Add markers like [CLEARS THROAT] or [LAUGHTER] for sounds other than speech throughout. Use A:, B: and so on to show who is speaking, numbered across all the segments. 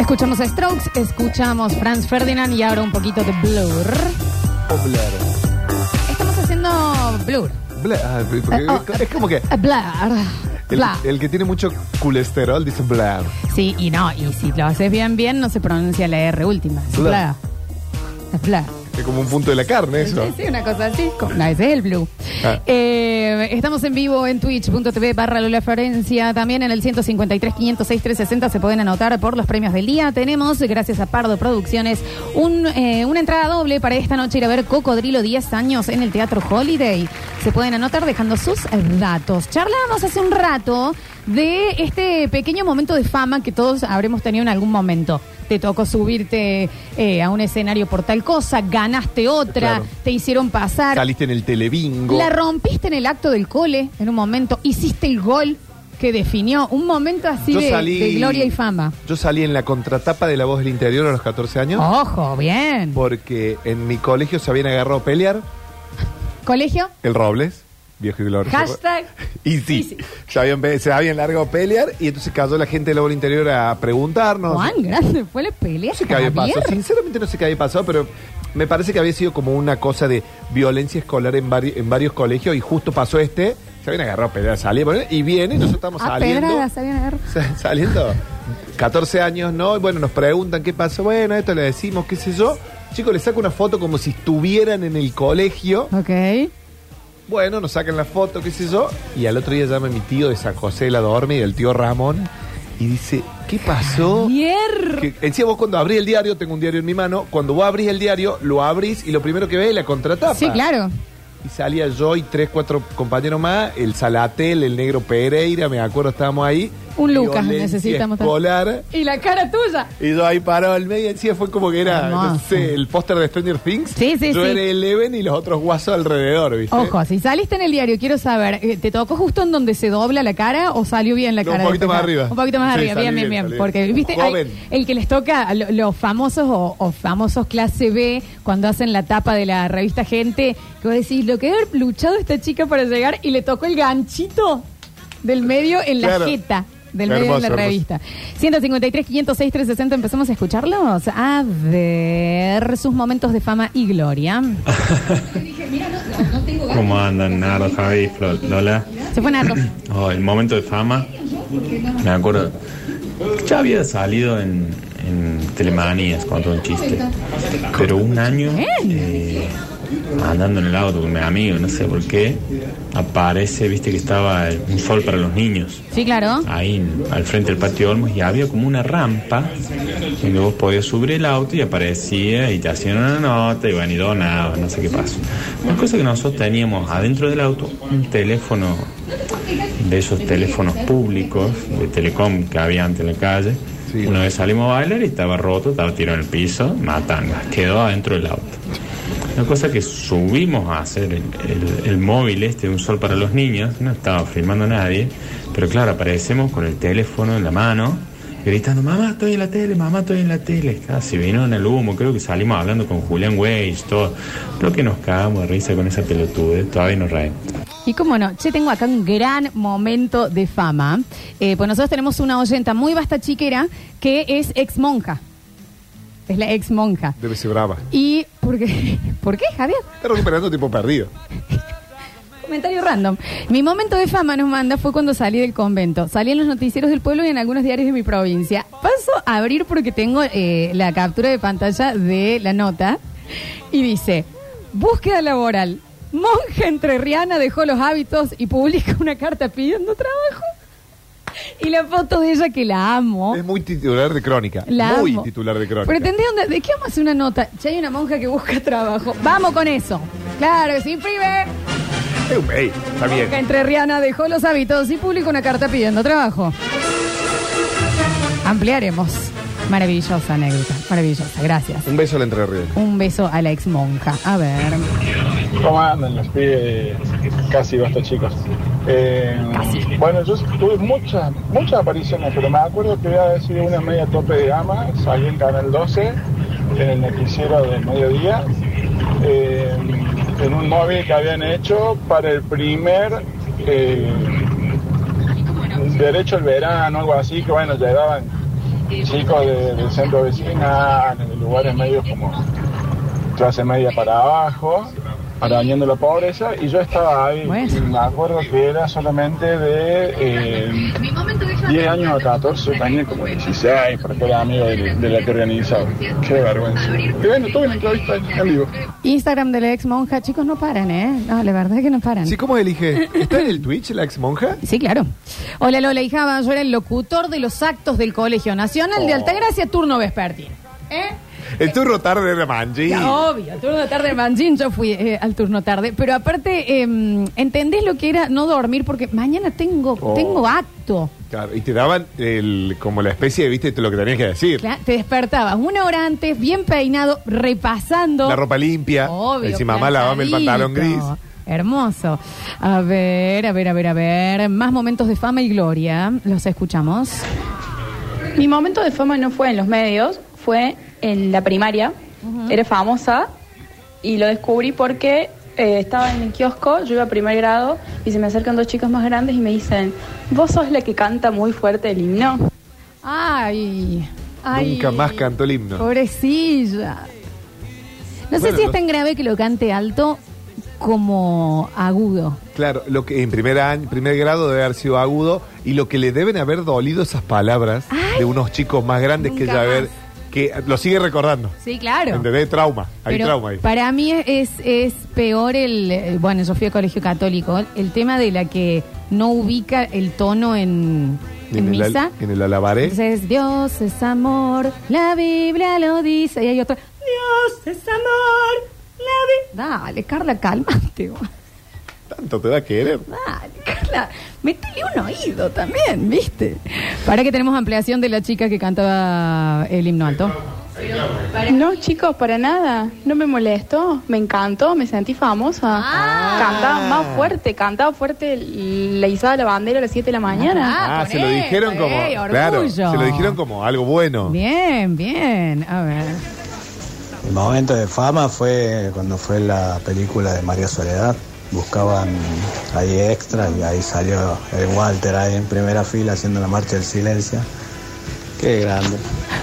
A: Escuchamos Strokes, escuchamos Franz Ferdinand y ahora un poquito de Blur.
B: O Blair.
A: Estamos haciendo Blur.
B: Blair, ah, porque
A: Eh, oh,
B: es como que
A: eh, Blur.
B: el,
A: Blur.
B: el que tiene mucho colesterol dice Blair.
A: Sí, y no, y si lo haces bien, bien, no se pronuncia la R última. Es
B: Blur.
A: Blur. Es Blur.
B: Es como un punto de la carne eso.
A: Sí, sí, una cosa así. como- No, ese es el blue.
B: Ah.
A: Eh, estamos en vivo en twitch.tv barra Lola Florencia. También en el 153 506 360 se pueden anotar por los premios del día. Tenemos, gracias a Pardo Producciones, un, eh, una entrada doble para esta noche ir a ver Cocodrilo 10 años en el Teatro Holiday. Se pueden anotar dejando sus eh, datos. Charlábamos hace un rato de este pequeño momento de fama que todos habremos tenido en algún momento. Te tocó subirte eh, a un escenario por tal cosa, ganaste otra,
B: Claro.
A: te hicieron pasar.
B: Saliste en el telebingo.
A: La rompiste en el acto del cole, en un momento. Hiciste el gol que definió un momento así de, de gloria y fama.
B: Yo salí en la contratapa de La Voz del Interior a los 14 años
A: Ojo, bien.
B: porque en mi colegio se habían agarrado a pelear
A: Colegio,
B: el Robles, viejo y glorioso.
A: hashtag.
B: [LAUGHS] Y sí, Se, habían, pe- se habían largado a pelear y entonces cayó la gente de La Voz del Interior a preguntarnos.
A: Juan, grande fue la pelea.
B: No sé qué había
A: Javier.
B: pasado, sinceramente no sé qué había pasado, pero me parece que había sido como una cosa de violencia escolar en, vari- en varios colegios y justo pasó este, se habían agarrado a pelear, salían y viene, y nosotros estamos
A: A
B: saliendo.
A: Ah, pedradas habían agarrado.
B: [LAUGHS] sa- Saliendo 14 años, ¿no? Y bueno, nos preguntan qué pasó, bueno, esto le decimos, qué sé yo. Chicos, les saco una foto como si estuvieran en el colegio.
A: Ok.
B: Bueno, nos sacan la foto, qué sé yo. Y al otro día llama mi tío de San José de la Dorme y el tío Ramón y dice, ¿qué pasó?
A: Javier.
B: Que encima vos cuando abrís el diario, tengo un diario en mi mano, cuando vos abrís el diario, lo abrís y lo primero que ves es la contratapa.
A: Sí, claro.
B: Y salía yo y tres, cuatro compañeros más, el Salatel, el negro Pereira, me acuerdo, estábamos ahí.
A: Un Lucas
B: Violencia
A: necesitamos también.
B: escolar.
A: Y la cara tuya.
B: Y yo ahí parado al medio, encima fue como que era,
A: Hermoso.
B: no sé, el póster de Stranger Things.
A: Sí, sí,
B: yo
A: sí.
B: era Eleven y los otros guasos alrededor, ¿viste?
A: Ojo, si saliste en el diario, quiero saber, eh, ¿te tocó justo en donde se dobla la cara o salió bien la
B: No,
A: cara?
B: un poquito
A: despejada?
B: más arriba.
A: Un poquito más
B: Sí,
A: arriba,
B: salí
A: bien, bien,
B: bien,
A: bien.
B: salí
A: Porque,
B: bien.
A: viste,
B: Joven.
A: Hay- el que les toca, a lo- los famosos o, o famosos clase B, cuando hacen la tapa de la revista Gente, que vos decís, lo que debe haber luchado esta chica para llegar y le tocó el ganchito del medio en la
B: Claro.
A: jeta del medio de
B: Hermoso,
A: la
B: hermoso.
A: revista. 153, 506, 360, empezamos a escucharlos. A ver sus momentos de fama y gloria.
C: ¿Cómo andan, Nardo, Javi, Flor, Lola?
A: Se fue Nardo.
C: Oh, el momento de fama, me acuerdo. Ya había salido en, en Telemanías cuando un chiste. Pero un año eh, andando en el auto con mi amigo, no sé por qué, aparece, viste que estaba el- un sol para los niños
A: Sí, claro.
C: ahí en- al frente del patio Olmos y había como una rampa donde vos podías subir el auto y aparecía y te hacían una nota y van y donaban, no sé qué pasó. Una cosa que nosotros teníamos adentro del auto, un teléfono de esos teléfonos públicos de telecom que había antes en la calle.
B: Sí.
C: Una vez salimos a bailar y estaba roto, estaba tirado en el piso, matanga, quedó adentro del auto. Una cosa que subimos a hacer el, el- el móvil este, un sol para los niños, no estaba filmando nadie, pero claro, aparecemos con el teléfono en la mano, gritando, mamá, estoy en la tele, mamá, estoy en la tele. Casi vino en el humo, creo que salimos hablando con Julián Weiss, todo. Creo que nos cagamos de risa con esa pelotude, todavía nos reímos.
A: Y cómo no, che, tengo acá un gran momento de fama. Eh, pues nosotros tenemos una oyenta muy basta chiquera que es ex monja. Es la ex monja.
B: Debe ser brava.
A: Y, ¿por qué? ¿Por qué, Javier?
B: Está recuperando tiempo perdido.
A: Comentario random. Mi momento de fama nos manda fue cuando salí del convento. Salí en los noticieros del pueblo y en algunos diarios de mi provincia. Paso a abrir porque tengo eh, la captura de pantalla de la nota y dice: búsqueda laboral. Monja entrerriana dejó los hábitos y publica una carta pidiendo trabajo. Y la foto de ella que la amo.
B: Es muy titular de crónica.
A: La
B: muy
A: amo.
B: titular de crónica.
A: Pero entendés dónde- ¿de qué vamos a hacer una nota? Ya hay una monja que busca trabajo. Vamos con eso. Claro, que sí, prive.
B: Es un mail, está
A: Porque
B: bien.
A: entre Rihanna dejó los hábitos y publicó una carta pidiendo trabajo. Ampliaremos. Maravillosa anécdota, maravillosa, gracias.
B: Un beso al Entre Ríos.
A: Un beso a la ex monja. A ver,
D: ¿Cómo andan los pibes? Casi basta, chicos. Eh, bueno, yo tuve muchas, muchas apariciones, pero me acuerdo que había sido una media tope de gama. Salí en Canal 12, en el noticiero del mediodía, eh, en un móvil que habían hecho para el primer eh, derecho al verano, algo así, que bueno, llegaban chicos de- del centro vecinal, de lugares medios como clase media para abajo, arañando la pobreza, y yo estaba ahí.
A: Bueno.
D: Y Me acuerdo que era solamente de eh, 10 años a 14, tenía como 16, porque era amigo de, de la que organizaba. Qué vergüenza. Y bueno, tuve una entrevista en vivo.
A: Instagram de la ex monja, chicos, no paran, ¿eh? No, la verdad es que no paran.
B: Sí, ¿cómo elige? ¿Está en el Twitch la ex monja?
A: Sí, claro. Hola Lola Hijaba, yo era el locutor de los actos del Colegio Nacional
B: Oh.
A: de Altagracia, turno vespertino. ¿Eh?
B: El turro tarde de Manji.
A: Ya, Obvio, turno tarde Manjín, yo fui eh, al turno tarde. Pero aparte, eh, ¿entendés lo que era no dormir? Porque mañana tengo,
B: Oh.
A: tengo acto.
B: Claro, y te daban el, como la especie de, viste, lo que tenías que decir.
A: Cla- Te despertabas una hora antes, bien peinado, repasando.
B: La ropa limpia.
A: Obvio.
B: Encima mamá lavame el
A: planchadito.
B: pantalón gris.
A: Hermoso. A ver, a ver, a ver, a ver. Más momentos de fama y gloria. Los escuchamos.
E: Mi momento de fama no fue en los medios, fue en la primaria. Era famosa y lo descubrí porque eh, estaba en el kiosco, yo iba a primer grado y se me acercan dos chicas más grandes y me dicen, vos sos la que canta muy fuerte el himno.
A: Ay, ay.
B: Nunca más cantó el himno.
A: Pobrecilla. No sé
B: Bueno,
A: si es
B: no-
A: tan grave que lo cante alto como agudo.
B: Claro, lo que en primer año, primer grado debe haber sido agudo y lo que le deben haber dolido esas palabras de unos chicos más grandes que
A: Nunca
B: ya ver
A: más.
B: que lo sigue recordando.
A: Sí, claro.
B: ¿Entendés? Trauma, hay
A: Pero
B: trauma ahí.
A: Para mí es, es, es peor el. eh, Bueno, yo fui a colegio católico. El tema de la que no ubica el tono en, en,
B: En el,
A: misa.
B: al- en el alabaré.
A: Entonces, Dios es amor, la Biblia lo dice. Y hay otra. Dios es amor, la Biblia. Dale, Carla, cálmate. vos.
B: Tanto te va a querer.
A: Dale, [LAUGHS] Carla, métele un oído también, ¿viste? Para que tenemos ampliación de la chica que cantaba el himno alto.
E: No, chicos, para nada. No me molestó, me encantó, me sentí famosa.
A: Ah.
E: Cantaba más fuerte, cantaba fuerte la izada de la bandera a las 7 de la mañana.
A: Ah,
B: Ah,
A: por
B: se lo
A: eso,
B: dijeron como.
A: eh, orgullo.
B: claro, se lo dijeron como algo bueno.
A: Bien, bien. A ver.
F: El momento de fama fue cuando fue la película de María Soledad. Buscaban ahí extras y ahí salió el Walter ahí en primera fila haciendo la marcha del silencio. Qué grande.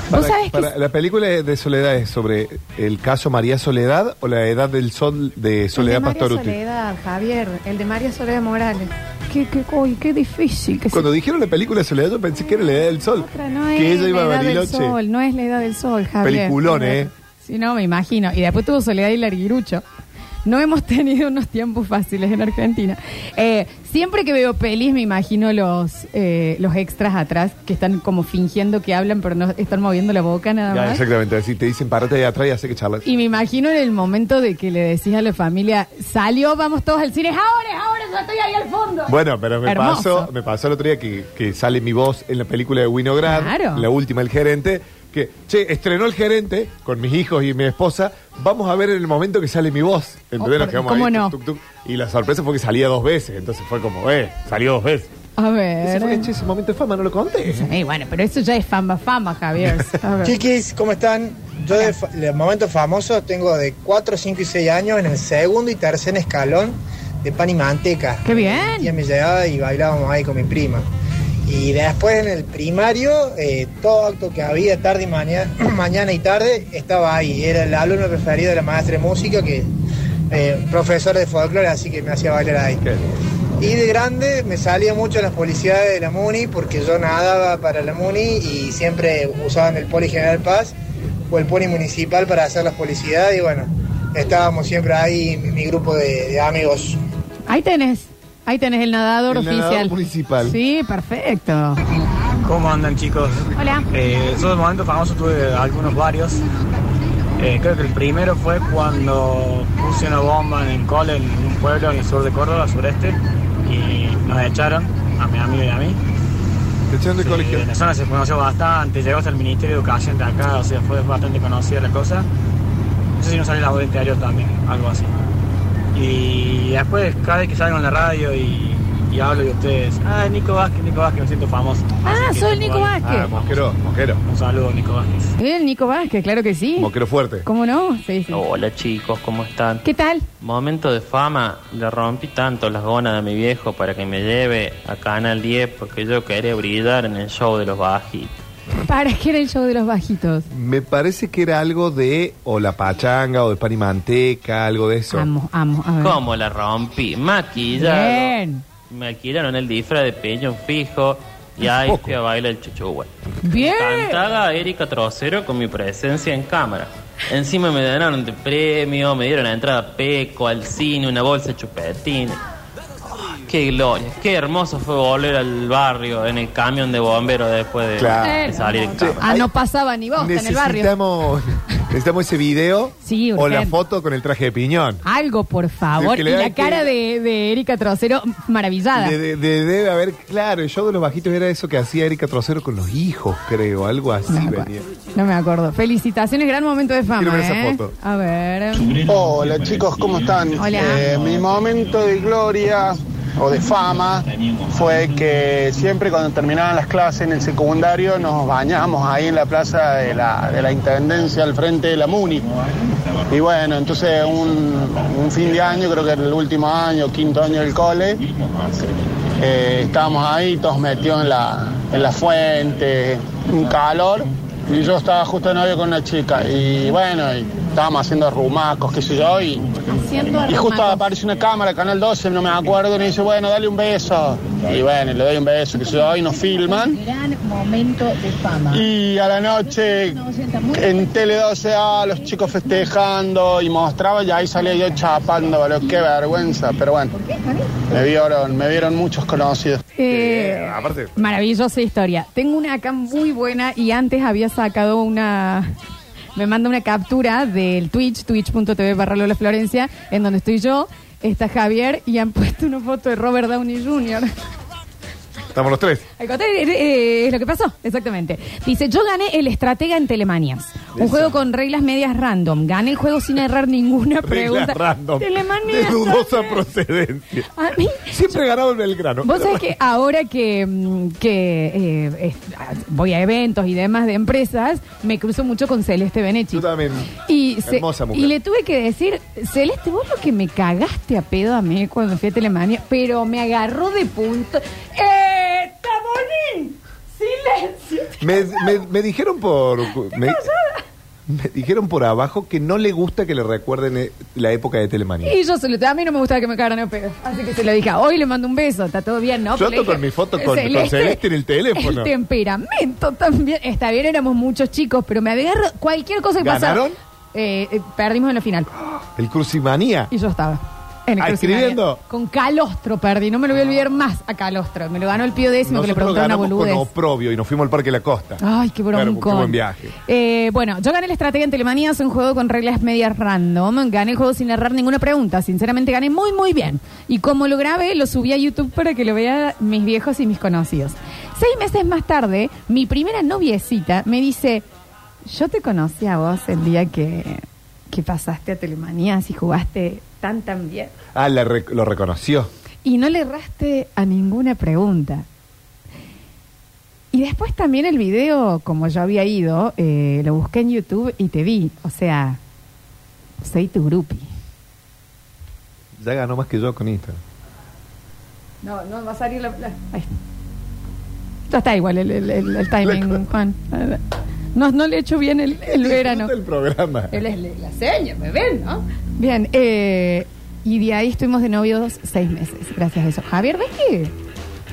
A: ¿Vos
B: Para-
A: sabés
B: para-
A: que
B: ¿La película de Soledad es sobre el caso María Soledad o la edad del sol de Soledad
G: el de María
B: Pastoruti?
G: Soledad, Javier, el de María Soledad Morales.
A: qué, qué, uy, qué difícil que
B: Cuando dijeron la película de Soledad, yo pensé que era la edad del sol.
G: Otra no
B: que
G: es
B: ella iba a
G: la edad del
B: Bariloche.
G: sol, no es la edad del sol,
A: Ah,
G: Javier.
B: Peliculón, ¿eh?
A: Sí, no, me imagino. Y después tuvo Soledad y Larguirucho. No hemos [LAUGHS] tenido unos tiempos fáciles en Argentina. Eh, siempre que veo pelis me imagino los, eh, los extras atrás que están como fingiendo que hablan pero no están moviendo la boca nada
B: Ya,
A: más.
B: exactamente, así te dicen parate de atrás y hace que charlas.
A: Y me imagino en el momento de que le decís a la familia, salió, vamos todos al cine, "Es ahora, es ahora, yo estoy ahí al fondo.
B: Bueno, pero me
A: Hermoso.
B: pasó, me pasó el otro día que, que sale mi voz en la película de Winograd,
A: Claro.
B: la última, el gerente, que, che, estrenó el gerente con mis hijos y mi esposa, vamos a ver en el momento que sale mi voz.
A: Oh,
B: ¿Entendés? Nos quedamos
A: ¿cómo
B: ahí,
A: no?
B: tuc, tuc, tuc. Y la sorpresa fue que salía dos veces, entonces fue como, eh, salió dos veces.
A: A
B: Ese,
A: ver.
B: fue, che, ese momento de fama, no lo conté.
A: Eh, bueno, pero eso ya es fama, fama,
B: [LAUGHS]
A: Javier. [LAUGHS] A ver.
H: Chiquis, ¿cómo están? Yo de, fa- de momentos famosos tengo de 4, 5 y 6 años en el segundo y tercer escalón de pan y manteca.
A: ¡Qué bien!
H: Ya me llevaba y bailábamos ahí con mi prima. Y después en el primario, eh, todo acto que había tarde y mañana, [CLEARS THROAT] mañana y tarde, estaba ahí. Era el alumno preferido de la maestra de música, que eh, profesor de folclore, así que me hacía bailar ahí.
B: ¿Qué?
H: Y de grande me salía mucho en las publicidades de la MUNI porque yo nadaba para la MUNI y siempre usaban el Poli General Paz o el Poli Municipal para hacer las publicidades y bueno, estábamos siempre ahí mi, mi grupo de, de amigos.
A: Ahí tenés. Ahí tenés el nadador
B: El nadador
A: oficial.
B: municipal.
A: Sí, perfecto.
I: ¿Cómo andan chicos?
A: Hola.
I: Eh, yo de momento famoso tuve algunos varios. Eh, creo que el primero fue cuando puse una bomba en el cole en un pueblo en el sur de Córdoba, sureste, y nos echaron, a mi amigo y a mí.
B: Te echaron del
I: Sí,
B: colegio.
I: en la zona se conoció bastante, llegó hasta el Ministerio de Educación de acá, o sea, fue bastante conocida la cosa. No sé si no sale en la voz del diario también, algo así. Y después, cada vez que salgo en la radio y, y hablo de ustedes, ah, Nico Vázquez, Nico Vázquez, me siento famoso.
A: Ah,
I: Así que
A: soy el Nico
I: igual,
B: Ah,
A: Vázquez.
B: mosquero, mosquero.
I: Un saludo, Nico Vázquez.
A: El Nico Vázquez, claro que sí.
B: Mosquero fuerte.
A: ¿Cómo no? Sí, sí.
J: Hola chicos, ¿cómo están?
A: ¿Qué tal?
J: Momento de fama, le rompí tanto las gonas a mi viejo para que me lleve a Canal 10 porque yo quería brillar en el show de los bajitos.
A: ¿Para qué era el show de los bajitos?
B: Me parece que era algo de o la pachanga o de pan y manteca, algo de eso.
A: Amo, amo. A ver.
J: ¿Cómo la rompí? Maquillado.
A: Bien.
J: Maquillaron el disfraz de peñón fijo. Y ahí fui a bailar el chuchúa.
A: Bien.
J: Cantada Erika Trocero con mi presencia en cámara. Encima me ganaron de premio, me dieron la entrada a Peco, al cine, una bolsa de chupetines. Ay, qué gloria, qué hermoso fue volver al barrio en el camión de bomberos después de,
B: Claro.
J: de salir en cámara.
A: Ah, no pasaba ni vos en el barrio.
B: Necesitamos, necesitamos ese video
A: Sí,
B: o la
A: urgente. Ah,
B: foto con el traje de piñón.
A: Algo, por
B: Es
A: favor.
B: que
A: Y
B: le da
A: la
B: que-
A: cara de, de Erika Trocero, maravillada.
B: De- de- de- debe haber, claro, el show de los bajitos era eso que hacía Erika Trocero con los hijos, creo, algo así
A: No me acuerdo.
B: venía.
A: No me acuerdo. Felicitaciones, gran momento de fama.
B: Quiero ver esa
A: ¿eh?
B: foto.
A: A ver.
D: Hola chicos, ¿cómo están?
A: Hola.
D: Eh, mi momento de gloria o de fama fue que siempre cuando terminaban las clases en el secundario nos bañamos ahí en la plaza de la, de la Intendencia al frente de la MUNI. Y bueno, entonces un, un fin de año, creo que era el último año, quinto año del cole, eh, estábamos ahí todos metidos en la, en la fuente, un calor. Y yo estaba justo de novio con una chica. Y bueno, y estábamos haciendo rumacos, qué sé yo. Y,
A: Siento
D: y justo
A: arrumado.
D: aparece una cámara, Canal 12, no me acuerdo. Y me dice, bueno, dale un beso. Y bueno, le doy un beso, qué sé yo. Y nos filman.
K: Gran momento de fama.
D: Y a la noche en Tele 12 a los chicos festejando y mostraba y ahí salía yo chapando, boludo, qué vergüenza, pero bueno, me vieron, me vieron muchos conocidos.
A: Eh,
B: Aparte,
A: Maravillosa historia. Tengo una acá muy buena y antes había sacado una. Me manda una captura del Twitch, twitch.tv barra Lola Florencia, en donde estoy yo, está Javier y han [LAUGHS] puesto una foto de Robert Downey Jr.
B: estamos los tres.
A: Al contrario, eh, eh, es lo que pasó, exactamente. Dice, yo gané el estratega en Telemanias. Un juego con reglas medias random. Gané el juego sin errar ninguna pregunta.
B: Reglas random.
A: Telemanias.
B: De dudosa
A: ¿sabes?
B: procedencia.
A: A mí
B: Siempre ganaba el Belgrano.
A: Vos sabés que ahora que, mm, que eh, es- ah, voy a eventos y demás de empresas, me cruzo mucho con Celeste Benechi.
B: Yo también.
A: Y, se-
B: Hermosa mujer.
A: y le tuve que decir, Celeste, vos lo que me cagaste a pedo a mí cuando fui a Telemania, pero me agarró de punto. ¡Eh, Tabonín! ¡Silencio!
B: Me, me- me dijeron por. Me, me dijeron por abajo que no le gusta que le recuerden eh, la época de Telemania.
A: Y yo se lo, a mí no me gustaba que me cagaran a pedo. Así que se lo dije, hoy le mando un beso, está todo bien, ¿no?
B: Yo
A: Pero le
B: ando
A: dije,
B: con mi foto con- con Celeste en el teléfono.
A: El temperamento también. Está bien, éramos muchos chicos, pero me agarro cualquier cosa que pasara.
B: ¿Ganaron?
A: Eh, eh, perdimos en la final.
B: El Crucimanía.
A: Y yo estaba. En el
B: Ah,
A: crucigradio.
B: escribiendo.
A: Con Calostro perdí, no me lo voy a olvidar más a Calostro. Me lo ganó el pío décimo que le
B: Nosotros
A: preguntó una
B: ganamos con
A: boludez.
B: Oprobio y nos fuimos al Parque La Costa.
A: Ay, qué
B: Claro,
A: bronco.
B: qué buen viaje.
A: Eh, bueno, yo gané la estrategia en Telemanía, es un juego con reglas medias random. Gané el juego sin errar ninguna pregunta. Sinceramente gané muy, muy bien. Y como lo grabé, lo subí a YouTube para que lo vean mis viejos y mis conocidos. Seis meses más tarde, mi primera noviecita me dice, yo te conocí a vos el día que, que pasaste a Telemanía, y jugaste tan, tan bien.
B: Ah, la rec- lo reconoció.
A: Y no le erraste a ninguna pregunta. Y después también el video, como yo había ido, eh, lo busqué en YouTube y te vi. O sea, soy tu grupi.
B: Ya ganó más que yo con Instagram.
A: No, no va a salir la... Ahí. Ya está igual el, el- el- el timing, Juan. No, no le he hecho bien el,
B: [LAUGHS]
A: el verano.
B: El programa.
A: Él es la seña, me ven, ¿no? Bien, eh, y de ahí estuvimos de novios seis meses, gracias a eso. Javier, ¿ves qué?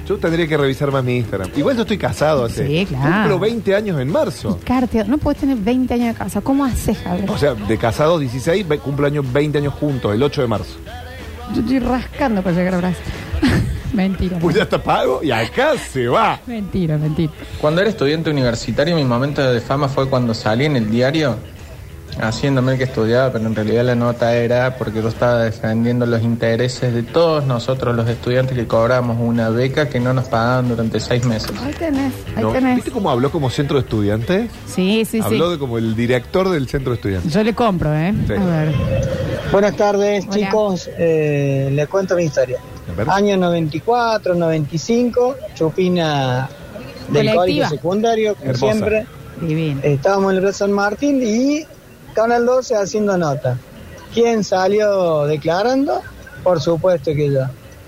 B: Yo tendría que revisar más mi Instagram. Igual yo estoy casado hace.
A: Sí, claro.
B: Cumplo 20 años en marzo.
A: Picarte, no puedes tener 20 años de casa. ¿Cómo haces, Javier?
B: O sea, de casados 16, ve- cumplo años 20 años juntos, el 8 de marzo.
A: Yo estoy rascando para llegar a Brasil. [LAUGHS] mentira.
B: Pues ya está pago y acá se va.
A: Mentira, mentira.
L: Cuando era estudiante universitario, mi momento de fama fue cuando salí en el diario haciéndome el que estudiaba, pero en realidad la nota era porque yo estaba defendiendo los intereses de todos nosotros los estudiantes que cobramos una beca que no nos pagaban durante seis meses.
A: Ahí tenés, ahí
B: No,
A: tenés.
B: ¿Viste cómo habló como centro de estudiantes?
A: Sí, sí, sí.
B: habló de como el director del centro de estudiantes.
A: Yo le compro, ¿eh?
B: Sí.
A: A ver.
K: Buenas tardes,
A: Hola.
K: chicos. Eh, les cuento mi historia.
B: A ver.
K: Año 94, 95, chupina del
A: Colectiva.
K: colegio secundario, como
B: Hermosa.
K: siempre.
A: Divino.
K: Estábamos en el Plaza San Martín y Canal 12 haciendo nota. ¿Quién salió declarando? Por supuesto que yo.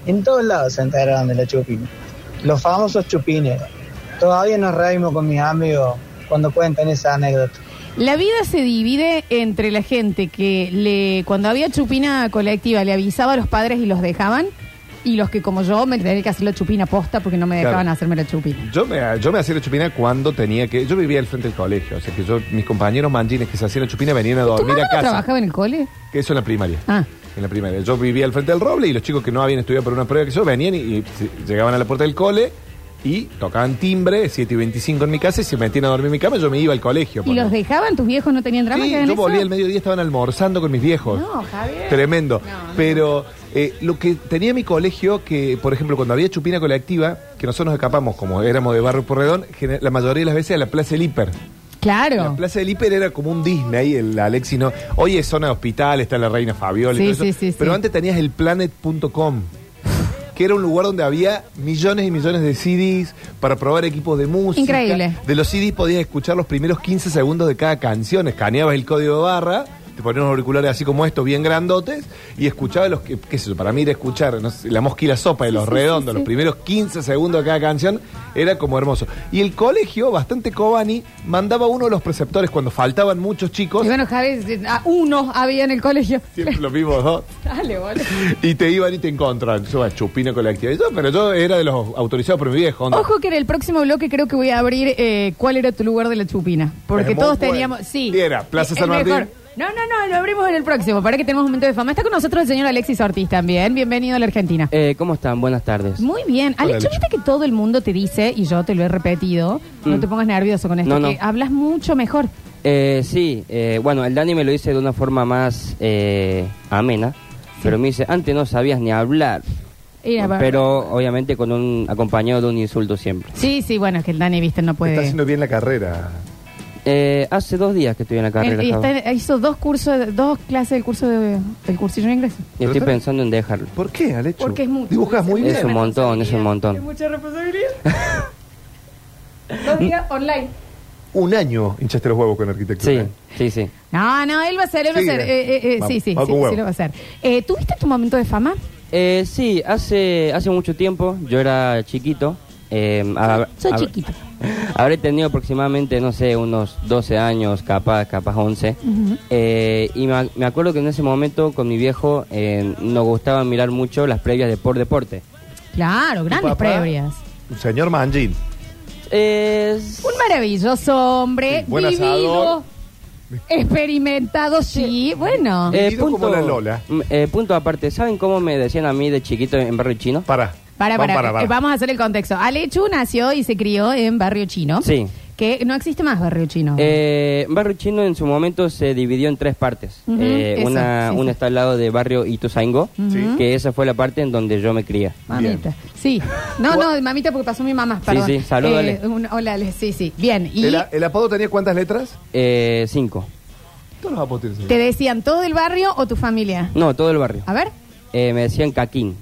K: En todos lados se enteraron de la chupina. Los famosos chupines. Todavía nos reímos con mis amigos cuando cuentan esa anécdota.
A: La vida se divide entre la gente que le, cuando había chupina colectiva le avisaba a los padres y los dejaban, y los que como yo me tenía que hacer la chupina posta porque no me
B: Claro. Pues
A: dejaban hacerme la chupina.
B: Yo me, yo me hacía la chupina cuando tenía que. Yo vivía al frente del colegio, o sea que yo, mis compañeros manjines que se hacían la chupina venían a
A: ¿Tu
B: dormir
A: mamá
B: a
A: no
B: casa.
A: trabajaba en el cole?
B: Que eso en la primaria.
A: Ah.
B: En la primaria. Yo vivía al frente del roble y los chicos que no habían estudiado por una prueba que yo venían y, y se- llegaban a la puerta del cole y tocaban timbre, 7 y 25 en mi casa y se metían a dormir en mi cama y yo me iba al colegio.
A: ¿Y
B: ponele.
A: los dejaban? ¿Tus viejos no tenían drama?
B: Sí,
A: que hagan
B: yo
A: eso?
B: volví al mediodía, estaban almorzando con mis viejos.
A: No, Javier.
B: Tremendo. Pero eh, lo que tenía mi colegio, que por ejemplo cuando había chupina colectiva, que nosotros nos escapamos, como éramos de Barrio Porredón, gener- la mayoría de las veces a la Plaza del Hiper. La
A: Claro.
B: Plaza del Hiper era como un Disney, el Alexis no. Hoy es zona de hospital, está la Reina Fabiola y
A: Sí,
B: todo eso.
A: sí, sí, sí.
B: Pero antes tenías el planet.com. Que era un lugar donde había millones y millones de CDs para probar equipos de música.
A: Increíble.
B: De los CDs podías escuchar los primeros 15 segundos de cada canción. Escaneabas el código de barra, te ponías unos auriculares así como estos, bien grandotes, y escuchabas los que, qué sé yo, para mí era escuchar no sé, la mosquila sopa de los redondos, los primeros 15 segundos de cada canción, era como hermoso. Y el colegio, bastante cobani, mandaba uno de los preceptores cuando faltaban muchos chicos.
A: Y bueno, Javier, eh, a uno había en el colegio.
B: Siempre los mismos dos.
A: [LAUGHS] Dale, boludo.
B: [LAUGHS] Y te iban y te encontraban. Yo era chupina colectiva. Y yo- pero yo era de los autorizados por mi viejo. onda.
A: Ojo que en el próximo bloque creo que voy a abrir eh, cuál era tu lugar de la chupina. Porque
B: Es muy
A: todos
B: bueno.
A: teníamos. Sí.
B: Y era Plaza
A: El
B: San Martín.
A: mejor. No, no, no, lo abrimos en el próximo. Para que tenemos un momento de fama. Está con nosotros el señor Alexis Ortiz también. Bienvenido a la Argentina.
M: Eh, ¿Cómo están? Buenas tardes.
A: Muy bien. Alex, yo
M: Alex.
A: viste que todo el mundo te dice, y yo te lo he repetido, no
M: Mm.
A: te pongas nervioso con esto,
M: No, no.
A: que hablas mucho mejor.
M: Eh, sí, eh, bueno, el Dani me lo dice de una forma más eh, amena, pero me dice, antes no sabías ni hablar,
A: Y la-
M: pero obviamente con un acompañado de un insulto siempre.
A: Sí, sí, bueno, es que el Dani, viste, no puede.
M: Está haciendo
B: bien la carrera.
M: Eh, hace dos días que estoy en la carrera.
A: Él- y
M: Java,
A: está- hizo dos cursos, dos clases del curso de, del cursillo de inglés.
M: y estoy pensando en dejarlo.
B: ¿Por qué, Alex?
A: Porque es mucho.
M: Es un montón, es un
A: Es
M: montón.
A: mucha responsabilidad. [LAUGHS] Dos días online.
B: Un año hinchaste los huevos con arquitectura.
M: Sí, sí, sí.
A: No, no, él va a hacer, él va a
M: Sí,
A: hacer. Eh, eh, eh,
M: vamos,
A: sí, sí,
M: vamos
A: sí,
M: con
A: sí,
M: huevo.
A: lo va a hacer. Eh, ¿Tuviste tu momento de fama?
M: Eh, sí, hace, hace mucho tiempo, yo era chiquito. eh, hab-
A: Soy
M: hab-
A: chiquito.
M: Habré tenido aproximadamente, no sé, unos 12 años, capaz, capaz 11.
A: Ujú.
M: Eh, y me, ac- me acuerdo que en ese momento con mi viejo eh, nos gustaba mirar mucho las previas de por deporte.
A: Claro, grandes
M: papá?
A: previas.
B: Señor Mangin.
A: Un maravilloso hombre,
B: Sí, buen
A: vivido,
M: asador.
A: experimentado, sí,
M: Ah.
A: bueno.
M: Eh, m- eh, punto aparte, ¿saben cómo me decían a mí de chiquito en barrio chino?
B: Para.
A: Para, para, eh, vamos a hacer el contexto. Alechu nació y se crió en Barrio Chino.
M: Sí.
A: Que no existe más Barrio Chino.
M: Eh, barrio Chino en su momento se dividió en tres partes.
A: Ujú,
M: Eh,
A: eso,
M: una
A: sí, sí.
M: una está al lado de barrio Ituzaingó,
A: Sí.
M: que esa fue la parte en donde yo me cría.
A: Mamita. Sí. No, no, mamita porque pasó mi mamá, perdón.
M: sí, saludo,
A: Eh,
M: Ale.
A: un- hola, Ale. Sí, sí. Bien. Y
B: ¿El, a- el apodo tenía cuántas letras?
M: Eh, cinco.
B: Todos los apodos tienen
A: te decían todo el barrio o tu familia.
M: No, todo el barrio.
A: A ver.
M: Eh, me decían Caquín.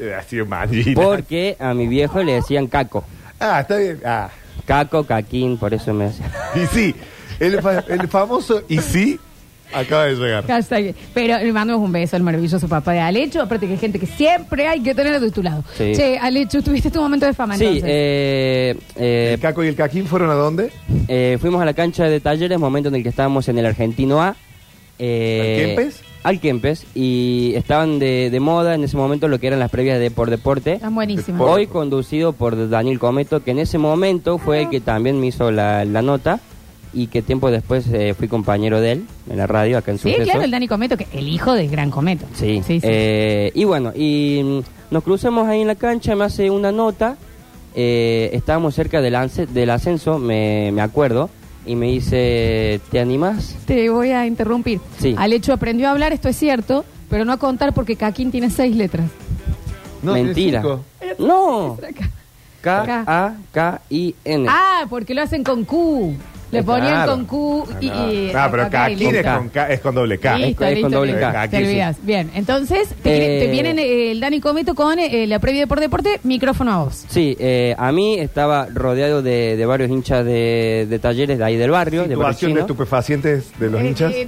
B: Eh, así, Mangin.
M: Porque a mi viejo le decían Caco.
B: Ah, está bien. Ah.
M: Caco, Caquín, por eso me decían.
B: Y sí, el, fa- el famoso y sí acaba de llegar.
A: Hashtag. Pero le mandamos un beso al maravilloso papá de Alecho. Aparte que hay gente que siempre hay que tener de tu lado.
M: Sí.
A: Che, Alecho, tuviste tu momento de fama
M: Sí,
A: entonces.
M: eh, ¿El
B: Caco y el Caquín fueron a dónde?
M: fuimos a la cancha de talleres, momento en el que estábamos en el Argentino A. eh,
B: ¿Al Kempes?
M: Al Kempes. Y estaban de, de moda en ese momento lo que eran las previas de por deporte.
A: Están buenísimas.
M: Hoy conducido por Daniel Cometo, que en ese momento fue el que también me hizo la, la nota y que tiempo después eh, fui compañero de él en la radio acá en
A: Sí,
M: Sucesos.
A: claro, el Dani Cometo, que el hijo del gran Cometo.
M: Sí. Eh, y bueno, y mm, nos cruzamos ahí en la cancha, me hace una nota. eh, estábamos cerca del, ance- del ascenso, me, me acuerdo, y me dice, ¿te animás?
A: Te voy a interrumpir.
M: Sí.
A: Alecho aprendió a hablar, esto es cierto, pero no a contar porque Caquín tiene seis letras.
M: Mentira.
A: [LAUGHS]
M: No. K-A-K-I-N.
A: Ah, porque lo hacen con Q. Le
M: Claro.
A: ponían con Q y... y-
B: Eh, Ah, pero
A: acá y
B: Caquín
A: listo.
B: es con, K- es con doble K.
A: Listo,
B: es
A: listo,
B: con doble
A: listo.
B: K.
A: Te olvidas. Bien, entonces te,
M: Eh,
A: quiere- te vienen eh, el Dani Cometo con eh, la previa de por deporte, micrófono a vos.
M: Sí, eh, a mí estaba rodeado de, de varios hinchas de, de talleres de ahí del barrio. de barrio
B: Situación de
M: chino.
B: estupefacientes de los
A: Eh,
B: hinchas.
A: eh,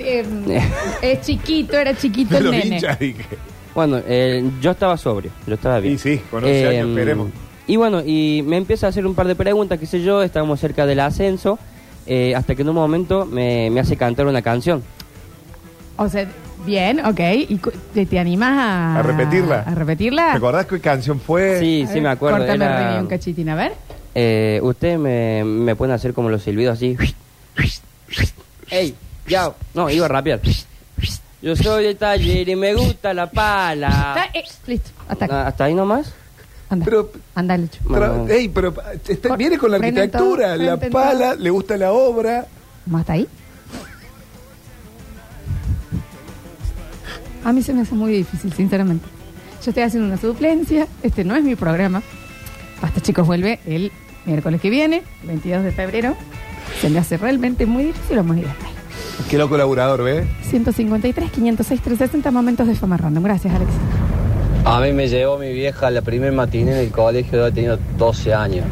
A: eh, es chiquito, era
B: [LAUGHS]
A: chiquito el nene.
M: Bueno, eh, yo estaba sobrio, yo estaba bien. Em,
B: Y sí, con 11 años, esperemos.
M: Y bueno, y me empieza a hacer un par de preguntas, qué sé yo, estábamos cerca del ascenso eh, hasta que en un momento me, me hace cantar una canción.
A: O sea, bien, ok. ¿Y cu- te, te animás a,
B: A repetirla.
A: Ah, ¿A repetirla?
B: ¿Te acordás qué canción fue?
M: Sí,
A: A
M: sí,
A: ver,
M: me acuerdo.
A: Cortame
M: era-
A: Remy, un cachitín, a ver.
M: Eh, Ustedes me, me pueden hacer como los silbidos así. ¡Ey! ¡Ya! No, iba a rapear. Yo soy de taller y me gusta la
A: [LAUGHS]
M: pala.
A: Está, eh, listo, hasta acá.
M: Ah, ¿Hasta ahí nomás?
A: Anda.
B: Ah. Pero,
A: Anda, Lucho.
B: tra- ey, pero está- viene con la
A: Ven en
B: arquitectura,
A: todo,
B: la
A: ven en
B: pala,
A: todo.
B: le gusta la obra.
A: ¿Más hasta ahí? A mí se me hace muy difícil, sinceramente. Yo estoy haciendo una suplencia, este no es mi programa. Basta chicos vuelve el miércoles que viene, 22 de febrero. Se me hace realmente muy difícil, vamos a ir hasta ahí.
B: Qué loco laburador, ¿ves?
A: 153, 506, 360 momentos de fama random. Gracias, Alex.
N: A mí me llevó mi vieja a la primer matiné en el colegio, yo tenía 12 años.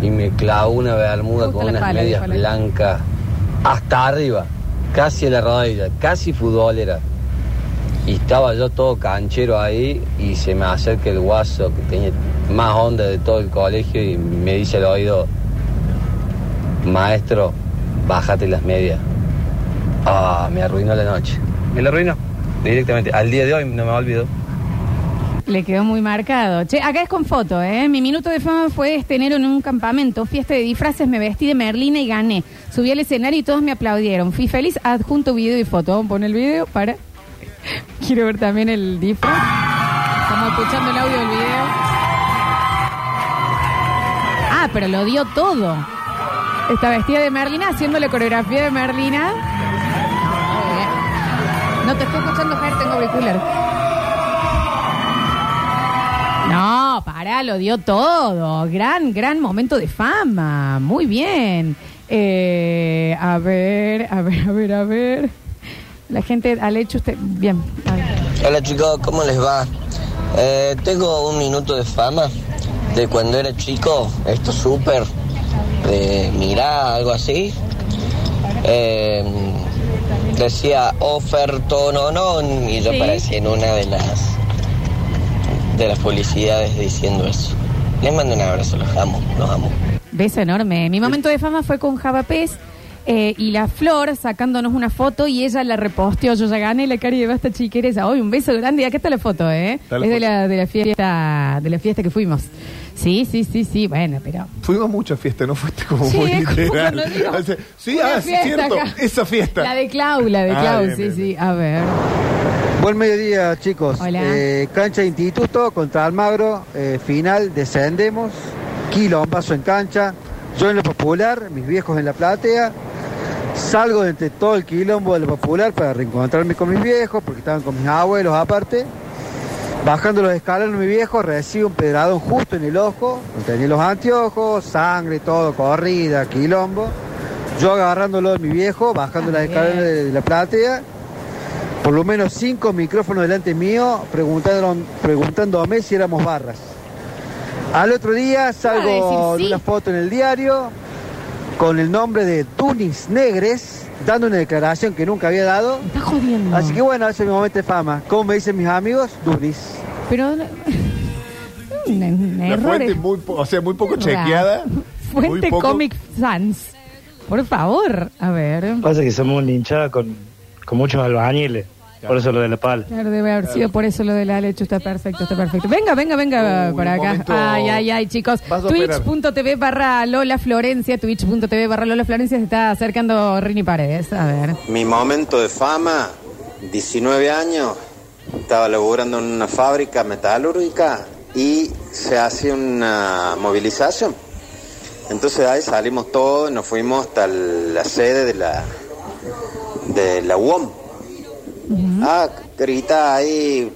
N: Y me clavó una bermuda
A: Justo
N: con
A: la
N: unas
A: pala,
N: medias
A: dijo la-
N: blancas hasta arriba, casi a la rodilla, casi futbolera. Y estaba yo todo canchero ahí y se me acerca el guaso que tenía más onda de todo el colegio y me dice al oído, maestro, bájate las medias. Ah, me arruinó la noche. ¿Me la arruinó? Directamente. Al día de hoy no me olvido.
A: Le quedó muy marcado. Che, acá es con foto, ¿eh? Mi minuto de fama fue este enero en un campamento, fiesta de disfraces, me vestí de Merlina y gané. Subí al escenario y todos me aplaudieron. Fui feliz, adjunto video y foto. Vamos a poner el video para... [LAUGHS] Quiero ver también el disfraz. Estamos escuchando el audio del video. Ah, pero lo dio todo. Está vestida de Merlina, haciendo la coreografía de Merlina. Muy bien. No te estoy escuchando, Fer, tengo auricular. No, pará, lo dio todo. Gran, gran momento de fama. Muy bien. Eh, a ver, a ver, a ver, a ver. La gente al hecho usted. Bien. a ver.
O: Hola chicos, ¿cómo les va? Eh, tengo un minuto de fama de cuando era chico, esto súper, de mirá, algo así. Eh, decía oferto no no y yo
P: Sí.
O: aparecí en una de las de las publicidades diciendo eso. Les mando un abrazo, los amo, los amo.
A: Beso enorme. Mi momento de fama fue con Java Pez eh, y la Flor sacándonos una foto y ella la reposteó. Yo ya gané la cara de Basta Chiquereza. Hoy un beso grande. Y acá está la foto, ¿eh?
B: Está la
A: es De,
B: foto.
A: la, de la fiesta de la fiesta que fuimos. Sí, sí, sí, sí. Bueno, pero...
B: Fuimos a muchas fiestas, no fuiste como
A: Sí,
B: muy
A: es como
B: literal.
A: cuando digo,
B: O sea, sí,
A: una
B: ah, sí,
A: fiesta
B: cierto,
A: acá.
B: esa fiesta.
A: La de Clau, la de
B: Ah,
A: Clau,
B: bien,
A: sí,
B: bien,
A: sí. A ver.
Q: Buen mediodía, chicos.
A: Hola.
Q: Eh, cancha de Instituto contra Almagro. eh, final, descendemos. Quilombazo en cancha. Yo en lo popular, mis viejos en la platea. Salgo de entre todo el quilombo de lo popular para reencontrarme con mis viejos, porque estaban con mis abuelos aparte. Bajando los escalones, mi viejo recibe un pedradón justo en el ojo. Tenía los anteojos, sangre, todo, corrida, quilombo. Yo agarrándolo de mi viejo, bajando las escalones de la platea por lo menos cinco micrófonos delante mío preguntaron, preguntándome si éramos barras. Al otro día
R: Iba a
Q: salgo
R: decir
Q: de una foto en el diario con el nombre de Tunis Negres, dando una declaración que nunca había dado. Así que bueno, ese es mi momento de fama. Como me dicen mis amigos, Tunis.
A: Pero... [LAUGHS] Un- un
B: La
A: error
B: fuente
A: es-
B: muy, po- o sea, muy poco
A: Ra.
B: chequeada.
A: Fuente
B: muy poco-
A: Comic Sans. Por favor, a ver.
S: Pasa que somos una hinchada con, con muchos albañiles. Por eso lo de la pala.
A: Claro, debe haber sido por eso lo del Alecho. Está perfecto, está perfecto. Venga, venga, venga
S: Uy,
A: para
S: un
A: acá.
S: momento.
A: Ay, ay, ay, chicos.
S: Vas a operar.
A: Twitch.tv barra Lola Florencia. Twitch.tv barra Lola Florencia. Se está acercando Rini Paredes. A ver.
T: Mi momento de fama, 19 años, estaba laborando en una fábrica metalúrgica y se hace una movilización. Entonces ahí salimos todos, nos fuimos hasta la sede de la de la UOM. Ah, grita ahí,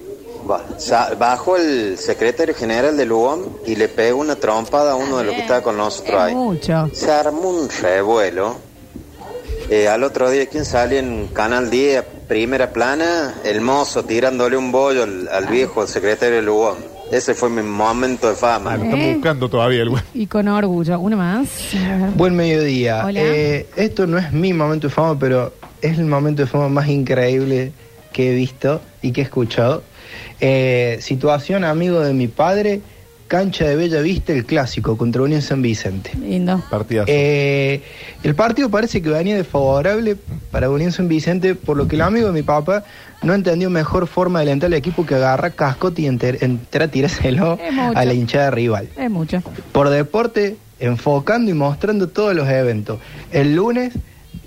T: ba- sa- bajó el secretario general del UOM y le pegó una trompada a uno de los que estaba con nosotros ahí.
A: Mucho.
T: Se armó un revuelo. Eh, al otro día, ¿quién sale en Canal 10, primera plana? El mozo tirándole un bollo al, al viejo, el secretario de Lugón. Ese fue mi momento de fama.
A: lo estamos Eh.
B: Ah, buscando todavía el
A: Y con orgullo. Una más. A ver.
U: Buen mediodía.
A: Hola.
U: Eh, esto no es mi momento de fama, pero es el momento de fama más increíble que he visto y que he escuchado. Eh, situación amigo de mi padre, cancha de Bella Vista, el clásico contra Unión San Vicente.
A: Lindo.
B: Partidazo.
U: Eh, el partido parece que venía desfavorable para Unión San Vicente, por lo que el amigo de mi papá no entendió mejor forma de alentar al equipo que agarra cascote y enter- entrar a tirárselo
A: Es mucho.
U: a la hinchada rival.
A: Es mucho.
U: Por deporte, enfocando y mostrando todos los eventos. El lunes.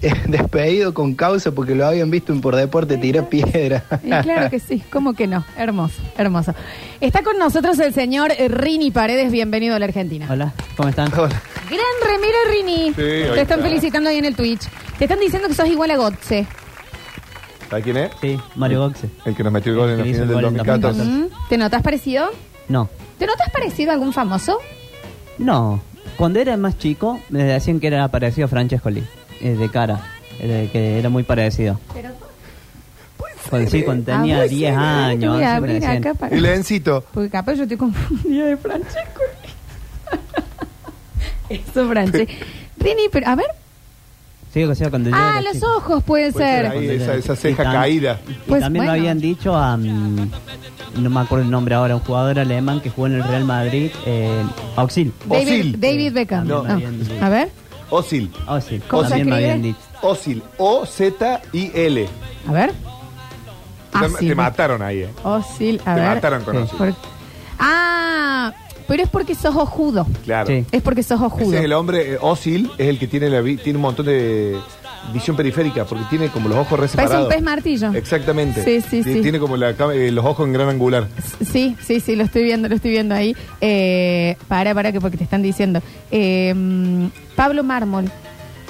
U: [LAUGHS] eh, Despedido con causa porque lo habían visto en por deporte tirar piedra.
A: Y claro que sí, ¿cómo que no? Hermoso, hermoso. Está con nosotros el señor eh, Rini Paredes, bienvenido a la Argentina.
P: Hola, ¿cómo están?
A: Gran remera, Rini.
P: ahí
A: Te están
P: está.
A: felicitando ahí en el Twitch. Te están diciendo que sos igual a Gotze.
B: ¿Sabes quién es?
P: Sí, Mario Goxe.
B: El que nos metió el gol en
P: El
B: la
P: que hizo
B: final
P: el
B: del
P: gol en
B: 2014.
A: Mm, ¿Te notas parecido?
P: No,
A: ¿Te notas parecido a algún famoso?
P: no. Cuando era más chico, me decían que era parecido a Francesco Lee, eh, de cara, eh, de que era muy parecido. Cuando, sí, cuando
A: Ah,
P: tenía
A: puede
P: 10
A: ser, eh.
P: años.
A: Voy a
P: once me
A: abrir
P: decían.
A: acá para- Y
B: Lencito.
A: Porque capaz yo estoy confundida de Francesco. [LAUGHS] Eso, Francesco. Rini, pero a ver.
P: Sí, o sea, cuando yo
A: Ah,
P: era
A: los
P: chico.
A: ojos puede ser.
B: ahí,
P: Cuando yo
B: esa-
P: era
B: esa
P: chico. Y
B: ceja
P: tam-
B: caída.
P: Y
A: Pues
P: también
A: bueno.
P: lo habían dicho a. mm, no me acuerdo el nombre ahora, un jugador alemán que jugó en el Real Madrid, eh, Auxil.
A: David, David Beckham.
P: No.
A: Ah, A ver.
B: Osil.
P: Osil.
A: ¿Cómo se
P: También me
A: escribe?
P: habían dicho.
B: Osil. O-Z-I-L.
A: A ver.
B: Te, te mataron ahí, eh.
A: Osil, a
B: Te
A: ver.
B: mataron con Osil.
A: Por- Ah, pero es porque sos ojudo.
B: Claro.
A: Es porque sos ojudo.
B: Ese es el hombre, eh, Osil, es el que tiene, la vi- tiene un montón de visión periférica, porque tiene como los ojos re
A: Parece un
B: separados.
A: pez martillo.
B: Exactamente.
A: Sí, sí,
B: Ti-
A: sí.
B: Tiene como la cam- eh, los ojos en gran angular.
A: Sí, sí, sí, lo estoy viendo, lo estoy viendo ahí. Eh, para, para, que porque te están diciendo. Eh, mm, Pablo Mármol.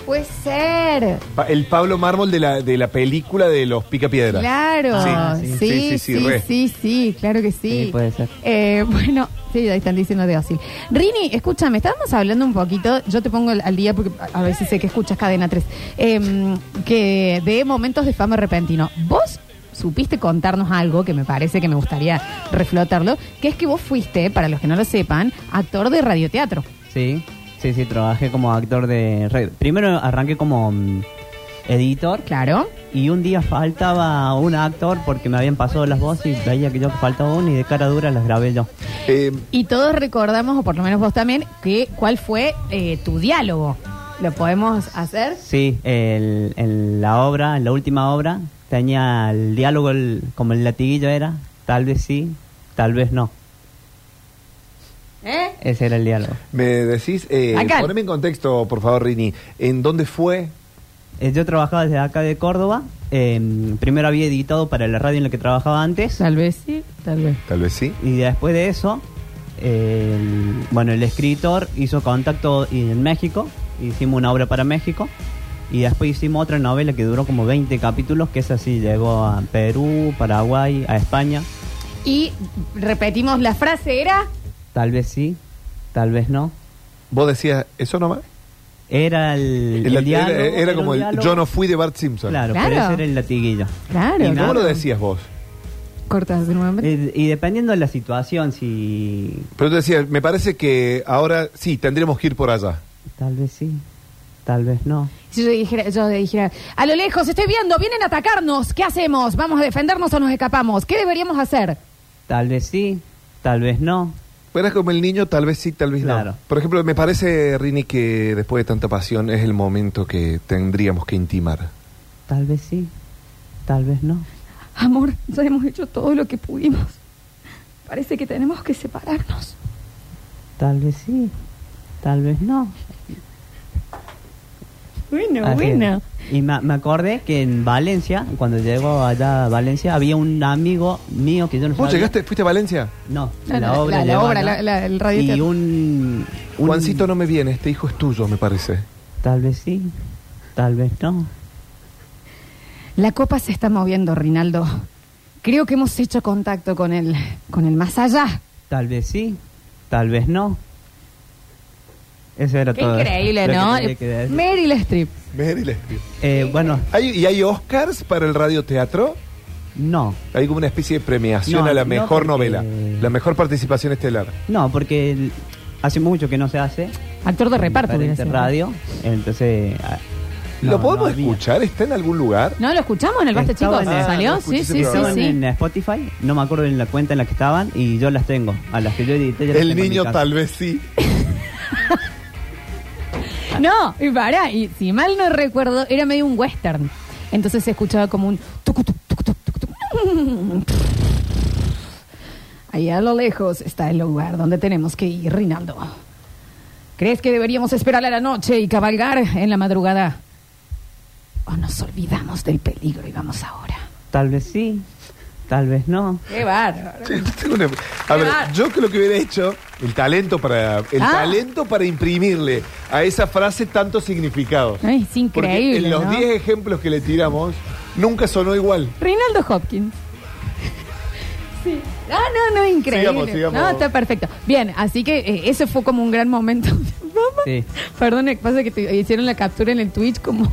A: Puede ser.
B: Pa- el Pablo Mármol de la, de la película de los Picapiedras.
A: Claro.
B: Sí,
A: sí,
B: sí, sí, sí, re.
A: sí, sí, claro que sí.
B: Sí, puede ser.
A: Eh, [LAUGHS] bueno, sí, ahí están diciendo de Osil. Rini, escúchame, estábamos hablando un poquito, yo te pongo al- al día porque a a veces sé que escuchas Cadena 3, eh, que de momentos de fama repentino. Vos supiste contarnos algo que me parece que me gustaría reflotarlo, que es que vos fuiste, para los que no lo sepan, actor de radioteatro.
P: Sí, sí, sí, trabajé como actor de radio. Primero arranqué como mm, editor.
A: Claro.
P: Y un día faltaba un actor porque me habían pasado las voces y veía que yo que faltaba uno y de cara dura las grabé yo.
A: Y todos recordamos, o por lo menos vos también, que cuál fue eh, tu diálogo. ¿Lo podemos hacer?
P: Sí, el- en la obra, en la última obra, tenía el diálogo el- como el latiguillo era, tal vez sí, tal vez no.
A: ¿Eh?
P: Ese era el diálogo.
B: Me decís, eh,
P: Acá.
B: poneme en contexto, por favor, Rini. ¿En dónde fue?
P: Eh, yo trabajaba desde acá de Córdoba. eh, primero había editado para la radio en la que trabajaba antes.
A: Tal vez sí, tal vez.
B: Tal vez sí.
P: Y después de eso, eh, el- bueno, el escritor hizo contacto y- en México. Hicimos una obra para México. Y después hicimos otra novela que duró como 20 capítulos, que es así, llegó a Perú, Paraguay, a España.
A: Y repetimos la frase, era...
P: Tal vez sí, tal vez no.
B: ¿Vos decías eso nomás?
P: Era el,
B: El-
P: el
B: era-
P: diálogo,
B: era como
P: un
B: el
P: diálogo.
B: yo no fui de Bart Simpson.
P: Claro,
A: Claro.
P: pero ese era el latiguillo.
A: Claro.
P: Y
B: ¿Y cómo
P: nada.
B: lo decías vos?
A: Cortas de nuevo.
P: Y, y dependiendo de la situación, si
B: Pero tú decías, me parece que ahora sí, tendremos que ir por allá.
P: tal vez sí, tal vez no.
A: Si yo dijera, yo dijera, a lo lejos, estoy viendo, vienen a atacarnos, ¿qué hacemos? ¿Vamos a defendernos o nos escapamos? ¿Qué deberíamos hacer?
P: Tal vez sí, tal vez no.
B: Pero es como el niño, tal vez sí, tal vez no. Por ejemplo, me parece, Rini, que después de tanta pasión es el momento que tendríamos que intimar.
P: Tal vez sí, tal vez no.
G: Amor, ya hemos hecho todo lo que pudimos. Parece que tenemos que separarnos.
P: Tal vez sí, tal vez no.
G: Bueno,
P: Así es. Y me, me acordé que en Valencia, cuando llego allá a Valencia, había un amigo mío que yo no
B: ¿Vos
P: sabía.
B: llegaste, fuiste a Valencia?
P: No,
A: La-
P: la,
A: la-
P: obra.
A: la- la
P: llegó
A: obra,
P: allá.
A: la- la- el radioteatro.
P: Y un, un-
B: Juancito no me viene, este hijo es tuyo, me parece.
P: Tal vez sí, tal vez no.
A: La copa se está moviendo, Rinaldo. Creo que hemos hecho contacto con el, con el más allá.
P: Tal vez sí, tal vez no. Eso era
A: Qué
P: todo.
A: increíble,
P: lo que
A: ¿no?
P: tenía que decir.
A: Meryl Streep.
B: Meryl
P: Eh, bueno.
B: ¿Y hay Oscars para el radioteatro?
P: No.
B: Hay como una especie de premiación
P: No,
B: a la
P: no,
B: mejor
P: porque-
B: novela, la mejor participación estelar.
P: No, porque el- hace mucho que no se hace.
A: Actor de reparto,
P: Para
A: hubiera
P: este
A: sido.
P: radio. Entonces, a-
B: ¿Lo podemos escuchar? ¿Está en algún lugar?
A: ¿No lo escuchamos en el Basta,
P: Estaban
A: chicos?
P: en-
A: ¿Salió? Sí, sí, sí,
P: Estaban
A: sí.
P: en Spotify, no me acuerdo en la cuenta en la que estaban y yo las tengo. A las que yo edité. ya las
B: El
P: tengo en mi
B: niño
P: casa.
B: tal vez sí.
A: [LAUGHS] No, y pará, y si mal no recuerdo, era medio un western. Entonces se escuchaba como un... tucu, tucu, tucu, tucu, tucu, tucu. Allá a lo lejos está el lugar donde tenemos que ir, Rinaldo. ¿Crees que deberíamos esperar a la noche y cabalgar en la madrugada? ¿O nos olvidamos del peligro y vamos ahora?
P: Tal vez sí, tal vez no.
A: ¡Qué bárbaro!
B: [LAUGHS] Tengo una- A ver, yo creo que hubiera hecho el talento para el
A: Ah.
B: talento para imprimirle a esa frase tanto significado.
A: Ay, es
B: Porque
A: increíble,
B: en los
A: ¿no?
B: 10 ejemplos que le tiramos, nunca sonó igual.
A: Reinaldo Hopkins. Sí. Ah, no, no, increíble.
B: Sigamos, sigamos.
A: No, está perfecto. Bien, así que eh, ese fue como un gran momento. [LAUGHS]
P: Sí.
A: Perdón, eh, pasa que te hicieron la captura en el Twitch como,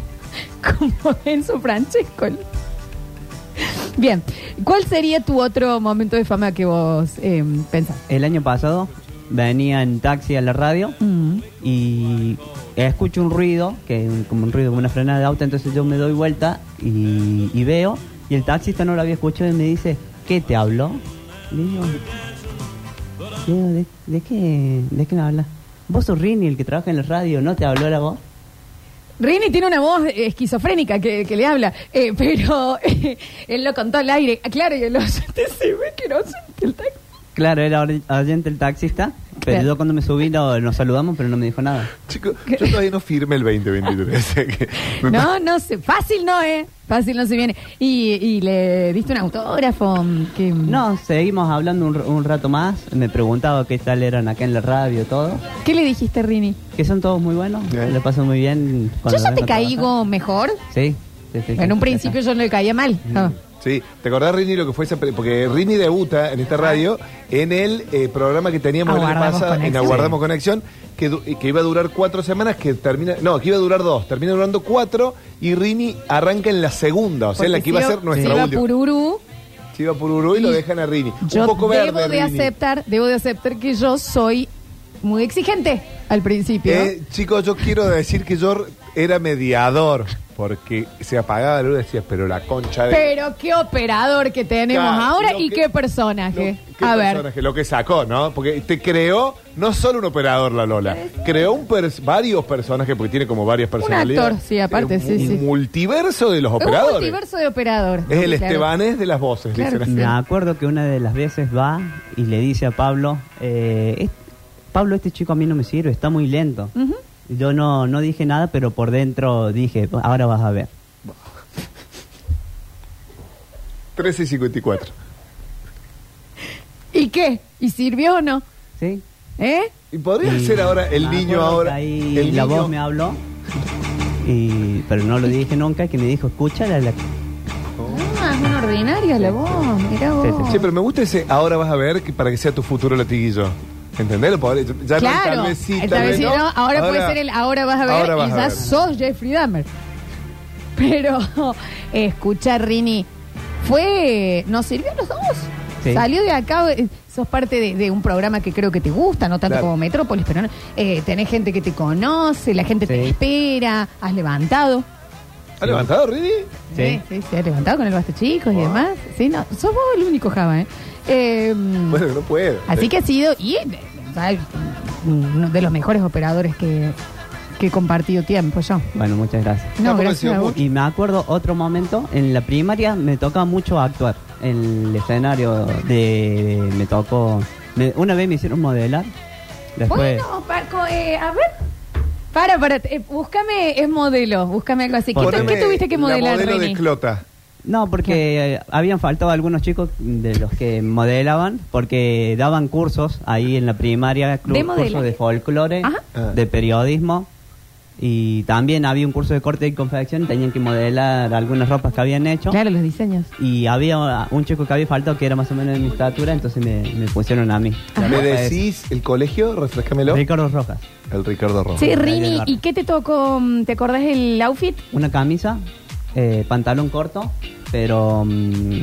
A: [LAUGHS] como Enzo Francesco. Bien, ¿cuál sería tu otro momento de fama que vos eh, pensás?
P: El año pasado venía en taxi a la radio
A: Mm.
P: y escucho un ruido, que es un- como un ruido como una frenada de auto, entonces yo me doy vuelta y, y veo, y el taxista no lo había escuchado y me dice, ¿qué te habló? Le digo, le digo, ¿de, de qué, ¿de qué me hablas? Vos sos Rini, el que trabaja en la radio, ¿no te habló la voz?
A: Rini tiene una voz eh, esquizofrénica que, que le habla, eh, pero [LAUGHS] eh, él lo contó al aire. Ah, Claro, y el oyente se ve que no se- el taxi.
P: Claro, era ori- oyente el taxista, pero
A: Claro.
P: yo cuando me subí lo- nos saludamos, pero no me dijo nada.
B: Chico, yo todavía no firmé el 2023. [LAUGHS] así que me pa-
A: No, no sé. Fácil no, ¿eh? Fácil no se viene. ¿Y, y le diste un autógrafo? Que...
P: No, seguimos hablando un, r- un rato más. Me preguntaba qué tal eran acá en la radio, todo.
A: ¿Qué le dijiste, Rini?
P: Que son todos muy buenos. Lo paso muy bien. cuando
A: yo ya
P: vengo
A: te
P: a trabajar.
A: caigo mejor.
P: Sí, sí, sí, sí.
A: En un principio yo no le caía mal.
B: Mm.
A: Ah.
B: Sí, ¿te acordás, Rini, lo que fue esa... pre- Porque Rini debuta en esta radio en el eh, programa que teníamos el año
A: Aguardamos
B: pasado, en
A: Conexión.
B: Aguardamos Conexión, que, du- que iba a durar cuatro semanas, que termina... No, que iba a durar dos, termina durando cuatro, y Rini arranca en la segunda, o sea, en la que iba a ser nuestra
A: iba
B: última.
A: Pururú,
B: Se iba por Uruguay y lo dejan a Rini.
A: yo
B: Un poco verde,
A: debo de
B: Rini.
A: aceptar, debo de aceptar que yo soy muy exigente al principio.
B: Eh, chicos, yo quiero decir que yo era mediador, porque se apagaba la luz y decías, pero la concha de...
A: Pero qué operador que tenemos
B: Claro,
A: ahora
B: lo
A: y
B: que-
A: qué personaje.
B: ¿Qué
A: a ver.
B: personaje? Lo que sacó, ¿no? Porque te creó no solo un operador, la Lola, creó un pers- varios personajes, porque tiene como varias personalidades.
A: actor, sí, aparte,
B: Eh,
A: sí,
B: un
A: sí.
B: multiverso de los
A: Un
B: operadores.
A: multiverso de operador.
B: Es el
A: Claro.
B: Estebanés de las voces,
A: Claro
B: dicen
P: Me
B: así.
P: acuerdo que una de las veces va y le dice a Pablo, eh, "Es- Pablo, este chico a mí no me sirve, está muy lento.
A: Ujú.
P: Yo no, no dije nada, pero por dentro dije, ahora vas a ver.
B: 13 y 54.
A: ¿Y qué? ¿Y sirvió o no?
P: Sí.
A: ¿Eh?
B: ¿Y podría ser ahora el
P: me
B: niño
P: acuerdo que
B: ahora?
P: ahí
B: el
P: la
B: niño-
P: voz me habló, y, pero no lo dije nunca, que me dijo, escúchala. La...
A: Ah, es una ordinaria la voz, mirá vos.
B: Sí, pero me gusta ese ahora vas a ver que para que sea tu futuro latiguillo. ¿Entendés? Lo podré- Ya no,
A: claro,
B: tal vez sí, tal
A: tal vez sí,
B: no.
A: no, ahora, puede ser el ahora vas a ver
B: ahora vas
A: y
B: a
A: ya
B: ver.
A: sos Jeffrey Dahmer. [LAUGHS] Pero, escucha, Rini, fue. ¿Nos sirvió a los dos?
R: Sí.
A: Salió de acá, eh, sos parte de, de un programa que creo que te gusta, no tanto
R: Claro.
A: como Metrópolis, pero no, eh, tenés gente que te conoce, la gente te espera, has levantado.
B: ¿Has levantado, Rini?
A: Sí, sí, se ha levantado con el Basta Chicos y demás. Sí, no, sos vos el único Java, ¿eh? Eh,
B: Bueno, no puedo.
A: Así que ha sido, y eh, ay, uno de los mejores operadores que, que he compartido tiempo yo.
P: Bueno, muchas gracias.
A: No, Tampoco gracias ha sido a vos. mucho.
P: Y me acuerdo otro momento, en la primaria me tocaba mucho actuar. En el escenario de... me tocó... me- una vez me hicieron modelar, después...
A: Bueno, Paco, eh, a ver. Para, para, eh, búscame, es modelo, búscame algo así. ¿Qué,
P: Poneme
A: qué tuviste que
P: la
A: modelar,
P: modelo de
A: Rini?
P: Cla- No, porque eh, habían faltado algunos chicos de los que modelaban, porque daban cursos ahí en la primaria,
A: De
P: club,
A: modelaje.
P: cursos de folclore,
B: Ah.
P: de periodismo, y también había un curso de corte y confección, tenían que modelar algunas ropas que habían hecho.
A: Claro, los diseños.
P: Y había un chico que había faltado que era más o menos de mi estatura, entonces me, me pusieron a mí.
B: ¿Me decís el colegio? Refrescámelo.
P: Ricardo Rojas.
B: El Ricardo Rojas.
A: Sí, Rini, ¿y qué te tocó? mm, ¿Te acordás el outfit?
P: Una camisa, eh, pantalón corto, pero mm,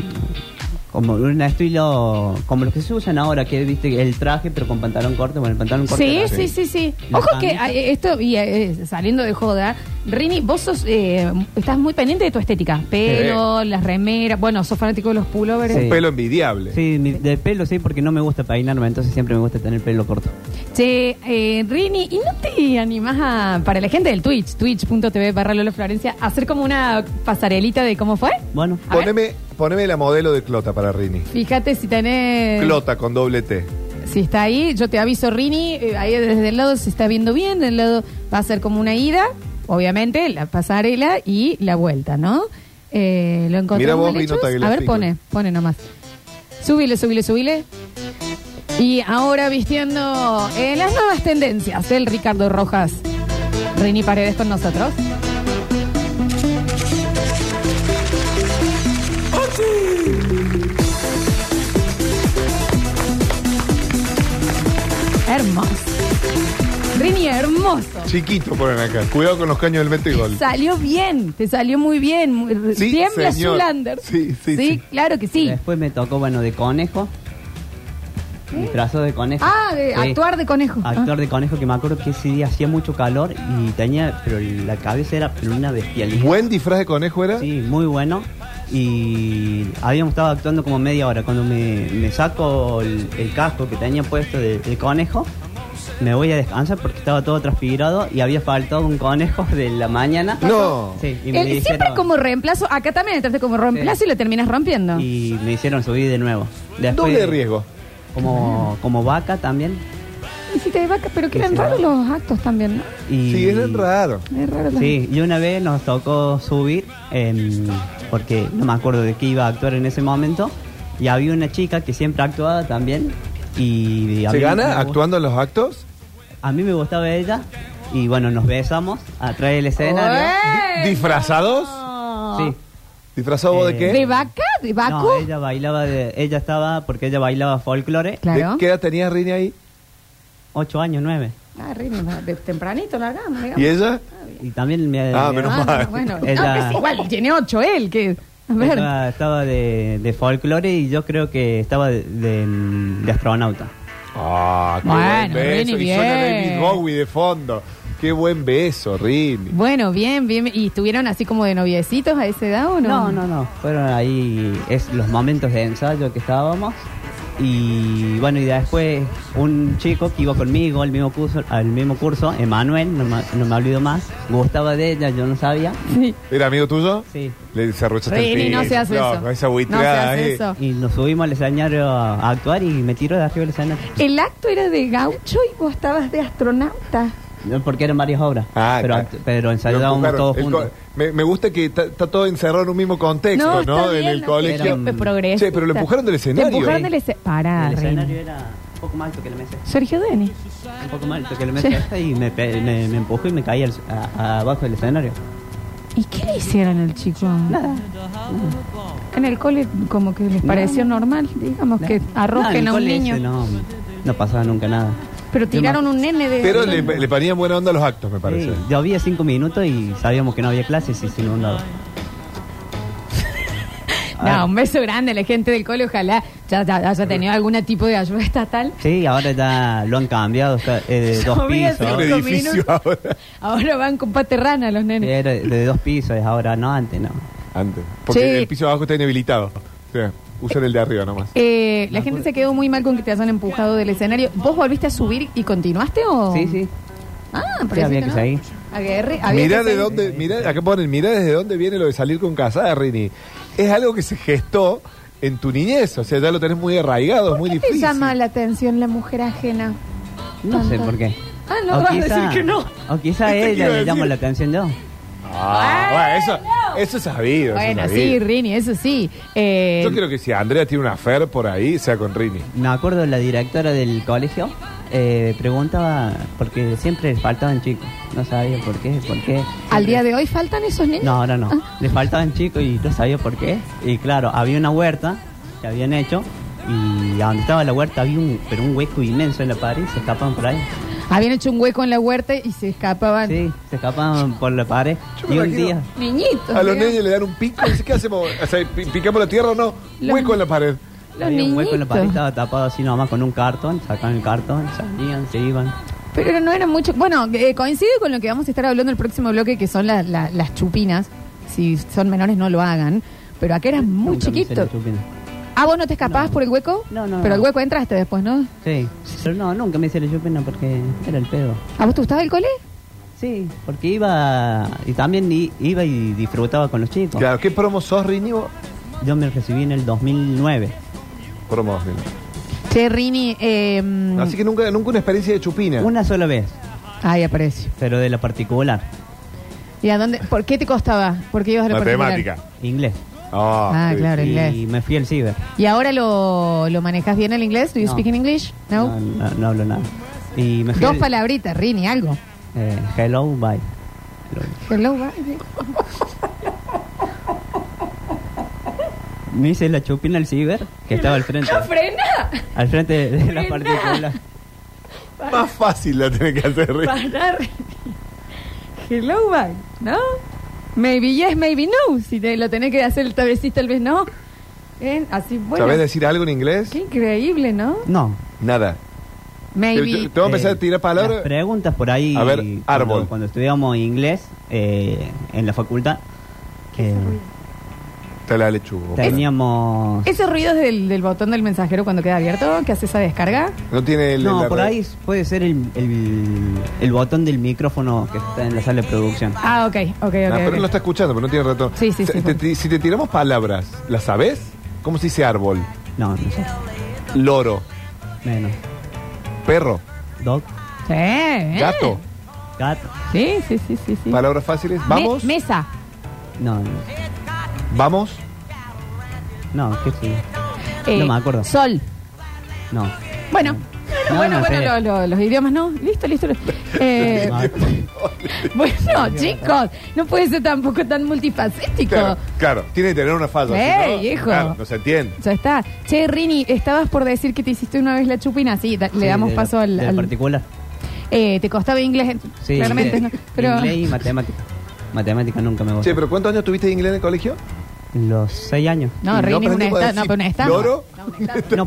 P: como un estilo como los que se usan ahora, que viste el traje pero con pantalón corto, bueno, el pantalón corto.
A: Sí,
P: era
A: sí,
P: así.
A: sí, sí.
P: La
A: Ojo que
P: camisa-
A: eh, esto, y eh, saliendo de joda, Rini, vos sos, eh, estás muy pendiente de tu estética. Pelo, las remeras, bueno, sos fanático de los pullovers.
P: Sí.
B: envidiable.
P: Sí, mi- de pelo sí, porque no me gusta peinarme, entonces siempre me gusta tener pelo corto.
A: Che, eh, Rini, ¿y no te animás a, para la gente del Twitch, twitch.tv barra Lola Florencia, a hacer como una pasarelita de cómo fue?
P: Bueno.
B: Poneme, poneme la modelo de Clota para Rini.
A: Fíjate si tenés...
B: Clota con doble T.
A: Si está ahí, yo te aviso, Rini, eh, ahí desde el lado se está viendo bien, del lado va a ser como una ida, obviamente, la pasarela y la vuelta, ¿no? Eh, lo encontramos.
B: Mira vos,
A: lechos?
B: Vino Tagliafico.
A: A ver, pone, pone nomás. Subile, subile, subile. Y ahora vistiendo eh, las nuevas tendencias, el Ricardo Rojas. Rini Paredes con nosotros. Hermoso. Rini, hermoso.
B: Chiquito ponen acá. Cuidado con los caños del mete gol.
A: Salió bien, te salió muy bien. muy-
B: Sí,
A: Tiembla
B: señor.
A: Zulander.
B: Sí, sí,
A: sí, claro que sí.
P: Después me tocó, bueno, de conejo. Disfrazo de conejo.
A: Ah, de
P: Sí.
A: actuar de conejo.
P: Actor de conejo que me acuerdo que ese día hacía mucho calor y tenía, pero la cabeza era pero una bestialidad.
B: ¿Buen disfraz de conejo era?
P: Sí, muy bueno. Y habíamos estado actuando como media hora. Cuando me, me saco el, el casco que tenía puesto de- del conejo, me voy a descansar porque estaba todo transpirado y había faltado un conejo de la mañana.
B: No.
P: Sí, y me
A: El- Ah. Eh, siempre
P: dijeron-
A: como reemplazo, acá también entraste como reemplazo y lo terminas rompiendo.
P: y me hicieron subir de nuevo.
B: Doble de riesgo.
P: Como, como vaca también.
A: Hiciste de vaca, pero que eran raros los actos también, ¿no?
P: Y,
B: Sí, es raro.
A: Es raro
P: Sí, y una vez nos tocó subir, em, porque no me acuerdo de qué iba a actuar en ese momento, y había una chica que siempre actuaba también. Y, y a
B: ¿Se
P: mí me
B: gana
P: gustó-
B: actuando en los actos?
P: A mí me gustaba ella, y bueno, nos besamos atrás del escenario.
B: ¿Disfrazados?
P: Sí.
B: ¿Disfrazado vos de
P: Eh,
B: qué?
A: ¿De vaca? ¿De vacu?
P: No, ella bailaba, de- ella estaba, porque ella bailaba folclore.
A: Claro. ¿De qué
B: edad tenía Rini ahí?
P: Ocho años, nueve.
A: Ah, Rini, de tempranito la hagamos, digamos.
B: ella?
P: Y también me...
B: Ah, menos
A: Ah, no,
B: mal.
A: bueno,
P: [LAUGHS] Ella-
A: Ah, es igual, tiene ocho él, que... A ver,
P: Estaba, estaba de, de folclore y yo creo que estaba de, de- de astronauta.
B: Ah, qué buen
A: Bueno,
B: beso.
A: Rini,
B: y suena
A: bien.
B: David Bowie de fondo. Qué buen beso, Rini.
A: bueno, bien, bien. ¿Y estuvieron así como de noviecitos a esa edad o no?
P: No, no, no. Fueron ahí es los momentos de ensayo que estábamos. Y bueno, y después un chico que iba conmigo al mismo curso, al mismo curso Emanuel, no, me- no me olvido más, gustaba de ella, yo no sabía.
B: ¿Era amigo tuyo?
P: Sí.
B: Le desarrollaste el
P: Rini,
B: pie.
P: no se hace eso.
B: con esa eh. buitreada ahí.
P: Y nos subimos al escenario a, a actuar y me tiró de arriba del escenario.
G: El acto era de gaucho y vos estabas de astronauta.
P: No, Porque eran varias obras.
B: Ah,
P: pero,
B: claro.
P: act- pero
B: Lo
P: ensayábamos
B: empujaron.
P: todos
B: El
P: juntos.
B: co- Me, me gusta que está está todo encerrado en un mismo contexto, ¿no?
A: está bien,
B: en el
A: no,
B: colegio.
A: qué progresista.
B: Che, pero lo empujaron del escenario.
A: Te empujaron del escenario. Pará,
P: El escenario
A: Rini.
P: era un poco más alto que la mesa.
A: Sergio Denis.
P: Un poco mal, toqué el mensaje y me, pe- me, me empujó y me caí al- a- a- abajo del escenario.
A: ¿Y qué le hicieron al chico? Nada. En el cole como que les pareció normal, digamos, que
P: No, en
A: arrojen
P: el
A: a un
P: cole
A: niño.
P: ese No, no pasaba nunca nada.
A: Pero tiraron un nene de...
B: Pero le, le ponían buena onda a los actos, me parece.
P: Sí, yo había cinco minutos y sabíamos que no había clases y sin un lado.
B: Ah.
A: No, un beso grande a la gente del cole, ojalá ya, ya haya tenido algún tipo de ayuda estatal.
P: Sí, ahora ya lo han cambiado, está, eh, de dos
A: Yo vi hace
P: pisos.
A: cinco Un edificio minutos.
B: ahora.
A: Ahora van con paterrana los nenes.
P: Era de dos pisos, es ahora no, antes no.
B: Antes. Porque
A: Sí.
B: el piso de abajo está inhabilitado. O sea, usan Eh, el de arriba nomás.
A: Eh, la gente se quedó muy mal con que te hayan empujado del escenario. ¿Vos volviste a subir y continuaste o...?
P: Sí, sí.
A: Ah, pero
P: Sí, había que seguir.
A: Aguerre, había
B: Mirá
A: que
B: de
A: seguir.
B: dónde, mirá, acá ponen, mirá desde dónde viene lo de salir con casada, Rini. Es algo que se gestó en tu niñez, o sea, ya lo tenés muy arraigado, es muy
G: ¿Qué te
B: difícil.
G: llama la atención la mujer ajena?
P: No sé por qué.
G: Ah, no, vas a decir que no.
P: O quizá
G: [LAUGHS]
P: a
G: Te
P: ella
G: iba a
P: le llamo
G: decir.
P: la atención yo.
B: Ah, bueno, eso, eso es sabido. eso es
A: Bueno, sí,
B: sabido.
A: Rini, eso sí. Eh,
B: Yo creo que si Andrea tiene una fer por ahí, sea con Rini.
P: Me acuerdo la directora del colegio eh, preguntaba, porque siempre faltaban chicos, no sabía por qué, por qué.
A: ¿Al día de hoy faltan esos niños?
P: No, ahora no, le faltaban chicos y no sabía por qué. Y claro, había una huerta que habían hecho y a donde estaba la huerta había un, pero un hueco inmenso en la pared y se escapaban por ahí.
A: Habían hecho un hueco en la huerta y se escapaban.
P: Sí, se escapan por la pared. Y un día.
A: Niñitos.
B: A los
A: digamos.
B: niños le dan un pico. Dice, ¿Qué hacemos? O sea, pi- ¿Picamos la tierra o no?
A: Los-
B: Hueco en la pared.
A: Los
P: Había un hueco en la pared,
A: niñitos.
P: estaba tapado así nomás con un cartón, sacaban el cartón, salían, se iban.
A: Pero no era mucho. Bueno, eh, coincide con lo que vamos a estar hablando en el próximo bloque, que son la- la- las chupinas. Si son menores, no lo hagan. Pero acá eras muy
P: Nunca me hice la
A: chiquito.
P: chupina.
A: Ah, vos no te escapabas por el hueco. No, no. Pero al hueco entraste después, ¿no?
P: Sí, pero no, nunca me hice la chupina porque era el pedo.
A: ¿A vos te gustaba el cole?
P: Sí. Porque iba y también i- iba y disfrutaba con los chicos.
B: Claro, ¿qué promo sos, Rini?
P: Yo me recibí en el 2009.
B: Promo
A: Che, Rini. eh, mm,
B: Así que nunca, nunca una experiencia de chupina.
P: Una sola vez.
A: Ahí apareció.
P: Pero de la particular.
A: ¿Y a dónde? ¿Por qué te costaba? ¿Por qué ibas a la particular?
P: Inglés.
A: Ah, sí, claro, sí. inglés.
P: Y me fui al ciber.
A: ¿Y ahora lo, lo manejas bien el inglés? ¿Do you
P: No.
A: speak in English? No.
P: No, no, no hablo nada. Y me fui
A: Dos
P: al-
A: palabritas, Rini, algo.
P: eh, hello, bye.
A: Hello, bye. [LAUGHS]
P: Me hice la chupina al ciber, que estaba al frente.
G: frena!
P: al frente [LAUGHS] de la
G: Frena.
P: particular.
B: Más fácil la tenés que hacer, Rini.
G: Parar. Hello, bye. ¿No? Maybe yes, maybe no. Si te lo tenés que hacer, tal vez sí, tal vez no. ¿Eh? Así, bueno.
B: ¿Sabés decir algo en inglés?
G: Qué increíble, ¿no?
P: No.
B: Nada. Pero yo- Te voy a empezar a tirar
P: Las
B: palabras.
P: preguntas por ahí.
B: A ver,
P: cuando-
B: árbol.
P: Cuando, estudiamos inglés eh, en la facultad, eh,
B: Te la lechugo.
P: teníamos.
A: ¿Esos ruidos del, del botón del mensajero cuando queda abierto que hace esa descarga?
B: No tiene el.
P: No,
B: la
P: por
B: red.
P: ahí puede ser el, el- el botón del micrófono que está en la sala de producción.
A: Ah, ok, ok, ok.
B: Ah, pero
A: ok.
B: no lo está escuchando, pero no tiene ratón.
A: Sí, sí,
B: Si
A: sí,
B: te- ti- si te tiramos palabras, ¿las sabes? ¿Cómo se dice árbol?
P: No, no sé.
B: Loro.
P: Menos.
B: Perro. [LAUGHS]
P: Dog.
A: Sí, ¿eh?
B: Gato.
P: Gato.
A: Sí, sí, sí, sí. sí.
B: Palabras fáciles. Vamos.
A: Me- mesa.
P: No, no.
B: Vamos.
P: No, qué sí.
A: Eh,
P: no me acuerdo.
A: Sol.
P: No.
A: Bueno,
P: No,
A: bueno,
P: no
A: bueno, lo-
P: sé.
A: lo- los idiomas no. Listo, listo.
B: [LAUGHS]
A: lo- Eh, bueno, [LAUGHS] chicos, no puede ser tampoco tan multifacético.
B: Claro, claro, tiene que tener una falla.
A: Ey,
B: si no,
A: hijo.
B: Claro, no se entiende.
A: Ya está. Che, Rini, estabas por decir que te hiciste una vez la chupina. Sí, da- le damos
P: Sí, de-
A: paso al.
P: de
A: al-
P: particular.
A: eh, te costaba inglés,
P: Sí,
A: claramente,
P: de-
A: ¿no? Pero.
P: Inglés y matemática. Matemática nunca me gustó.
B: Che, pero ¿cuántos años tuviste de inglés en el colegio?
P: Los seis años.
A: No, Rini es una
B: aprendimos a
A: esta- no,
B: decir
A: pero una estafa.
B: ¿Loro?
P: No,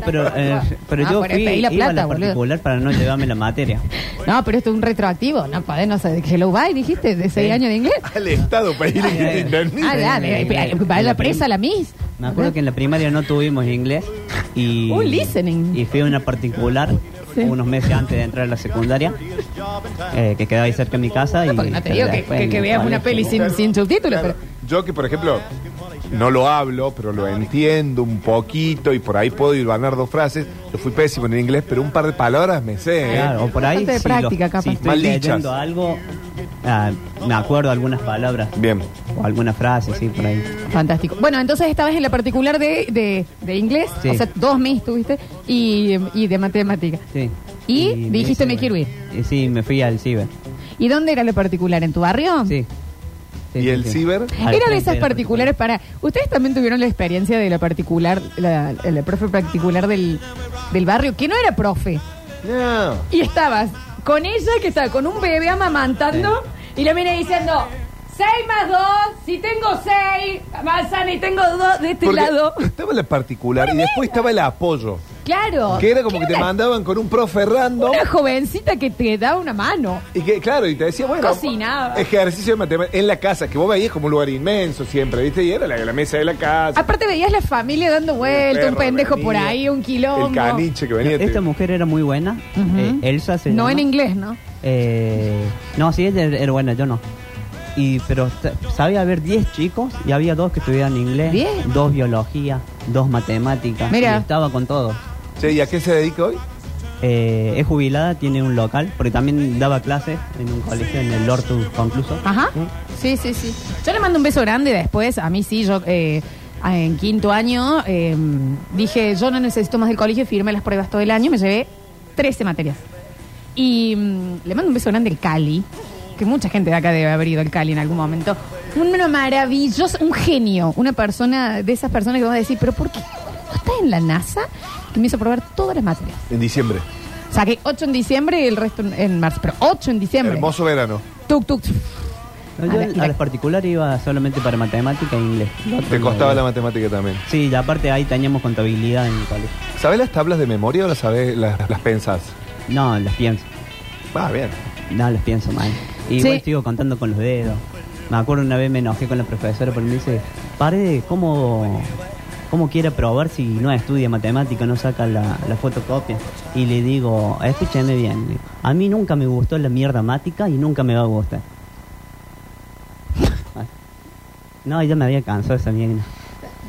A: [LAUGHS]
P: pero, eh, pero
A: Ah,
P: yo
A: pero
P: fui
A: pedí la
P: iba a
A: plata,
P: la
A: boludo.
P: particular para no llevarme la materia.
A: No, pero esto es un retroactivo. No podés, no sé. Hello, bye, dijiste, de seis años de inglés.
B: [LAUGHS] Al Estado pedirle que te
A: Ah,
B: indemnice.
A: dale, eh, eh, va la presa a la mis.
P: Me acuerdo que en la primaria no tuvimos inglés y
A: Un listening.
P: y fui a una particular unos meses antes de entrar a la secundaria eh, que quedaba ahí cerca de mi casa y
A: No te digo que,
P: después
A: que-
P: en
A: que
P: el
A: veas una peli
P: colegio.
A: sin, sin subtítulos. pero-
B: Yo que, por ejemplo, no lo hablo, pero lo entiendo un poquito y por ahí puedo ir ganar dos frases. Yo fui pésimo en el inglés, pero un par de palabras me sé. ¿eh?
P: Claro, o por ahí
A: Falta de
P: si
A: práctica,
P: lo-
A: capaz.
P: si estoy
B: Mal dichas.
P: leyendo algo ah, me acuerdo algunas palabras
B: bien
P: o algunas frases sí por ahí
A: Fantástico. Bueno, entonces estabas en la particular de, de, de inglés,
P: Sí.
A: o sea, dos mis tuviste, y, y de matemática.
P: sí
A: Y, dijiste,
P: me
A: me quiero ir.
P: Y sí me fui al ciber
A: ¿Y dónde era la particular? ¿En tu barrio?
P: Sí.
B: ¿Y el ciber?
A: Era de esas particulares para... Ustedes también tuvieron la experiencia de la particular, la, la profe particular del, del barrio, que no era profe.
B: No.
G: Y estabas con ella que estaba con un bebé amamantando y la mira diciendo. 6 más 2, si tengo 6, manzana y tengo 2 de este
B: Porque
G: lado.
B: Estaba la particular y después estaba el apoyo.
G: Claro.
B: Que era como que te
G: una-
B: mandaban con un profe random.
G: Una jovencita que te da una mano.
B: Y que, claro, y te decía, bueno,
G: Cocinaba.
B: ejercicio de matemáticas en la casa, que vos veías como un lugar inmenso siempre, ¿viste? Y era la, la mesa de la casa.
A: Aparte veías la familia dando vuelta,
B: perro
A: un pendejo por
B: venía,
A: ahí, un quilombo.
B: El caniche que venía.
P: esta
B: te-
P: mujer era muy buena eh, Elsa se
A: No
P: llama.
A: en inglés, ¿no?
P: Eh, no, sí, ella era buena, yo no. Y, pero t- sabía haber 10 chicos y había dos que estudiaban inglés,
A: Bien.
P: dos biología, dos matemáticas.
A: Mira.
P: Y estaba con todos.
B: Che, ¿y a qué se dedica hoy?
P: Eh, es jubilada, tiene un local, porque también daba clases en un colegio, en el Hortus Concluso.
A: Ajá. ¿Ah? Sí, sí, sí. Yo le mando un beso grande después. A mí sí, yo eh, en quinto año eh, dije, yo no necesito más del colegio, firmé las pruebas todo el año, me llevé 13 materias. Y mm, le mando un beso grande al Cali, que mucha gente de acá debe haber ido al Cali en algún momento. Un maravilloso, un genio, una persona de esas personas que vamos a decir, pero ¿por qué no está en la NASA? Que me hizo probar todas las materias.
B: En diciembre.
A: Saqué 8 en diciembre y el resto en, en marzo. Pero 8 en diciembre.
B: Hermoso verano.
A: Tuk, tuk.
P: No, yo
A: A ver,
P: a las particulares iba solamente para matemática e inglés.
B: Te costaba la matemática también.
P: Sí, y aparte ahí teníamos contabilidad en el colegio.
B: ¿Sabes las tablas de memoria o las, sabes, las, las pensás?
P: No, las pienso.
B: Ah, bien.
P: No, las pienso mal. Y
A: Sí.
P: igual sigo contando con los dedos. Me acuerdo una vez me enojé con la profesora porque me dice, pare, ¿cómo, cómo quiere probar si no estudia matemática, no saca la, la fotocopia? Y le digo, escúchame bien, le digo, a mí nunca me gustó la mierda mática y nunca me va a gustar. [LAUGHS] No, ya me había cansado esa mierda.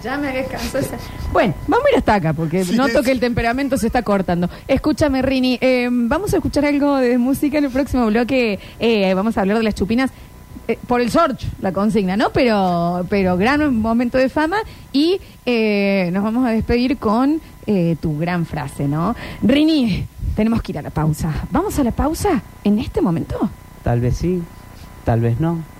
G: Ya me descanso esa.
A: Bueno, vamos a ir hasta acá porque noto que el temperamento se está cortando. Escúchame, Rini, eh, vamos a escuchar algo de música en el próximo bloque. Eh, vamos a hablar de las chupinas eh, por el George, la consigna, ¿no? Pero, pero gran momento de fama y eh, nos vamos a despedir con eh, tu gran frase, ¿no? Rini, tenemos que ir a la pausa. ¿Vamos a la pausa en este momento?
P: Tal vez sí, tal vez no.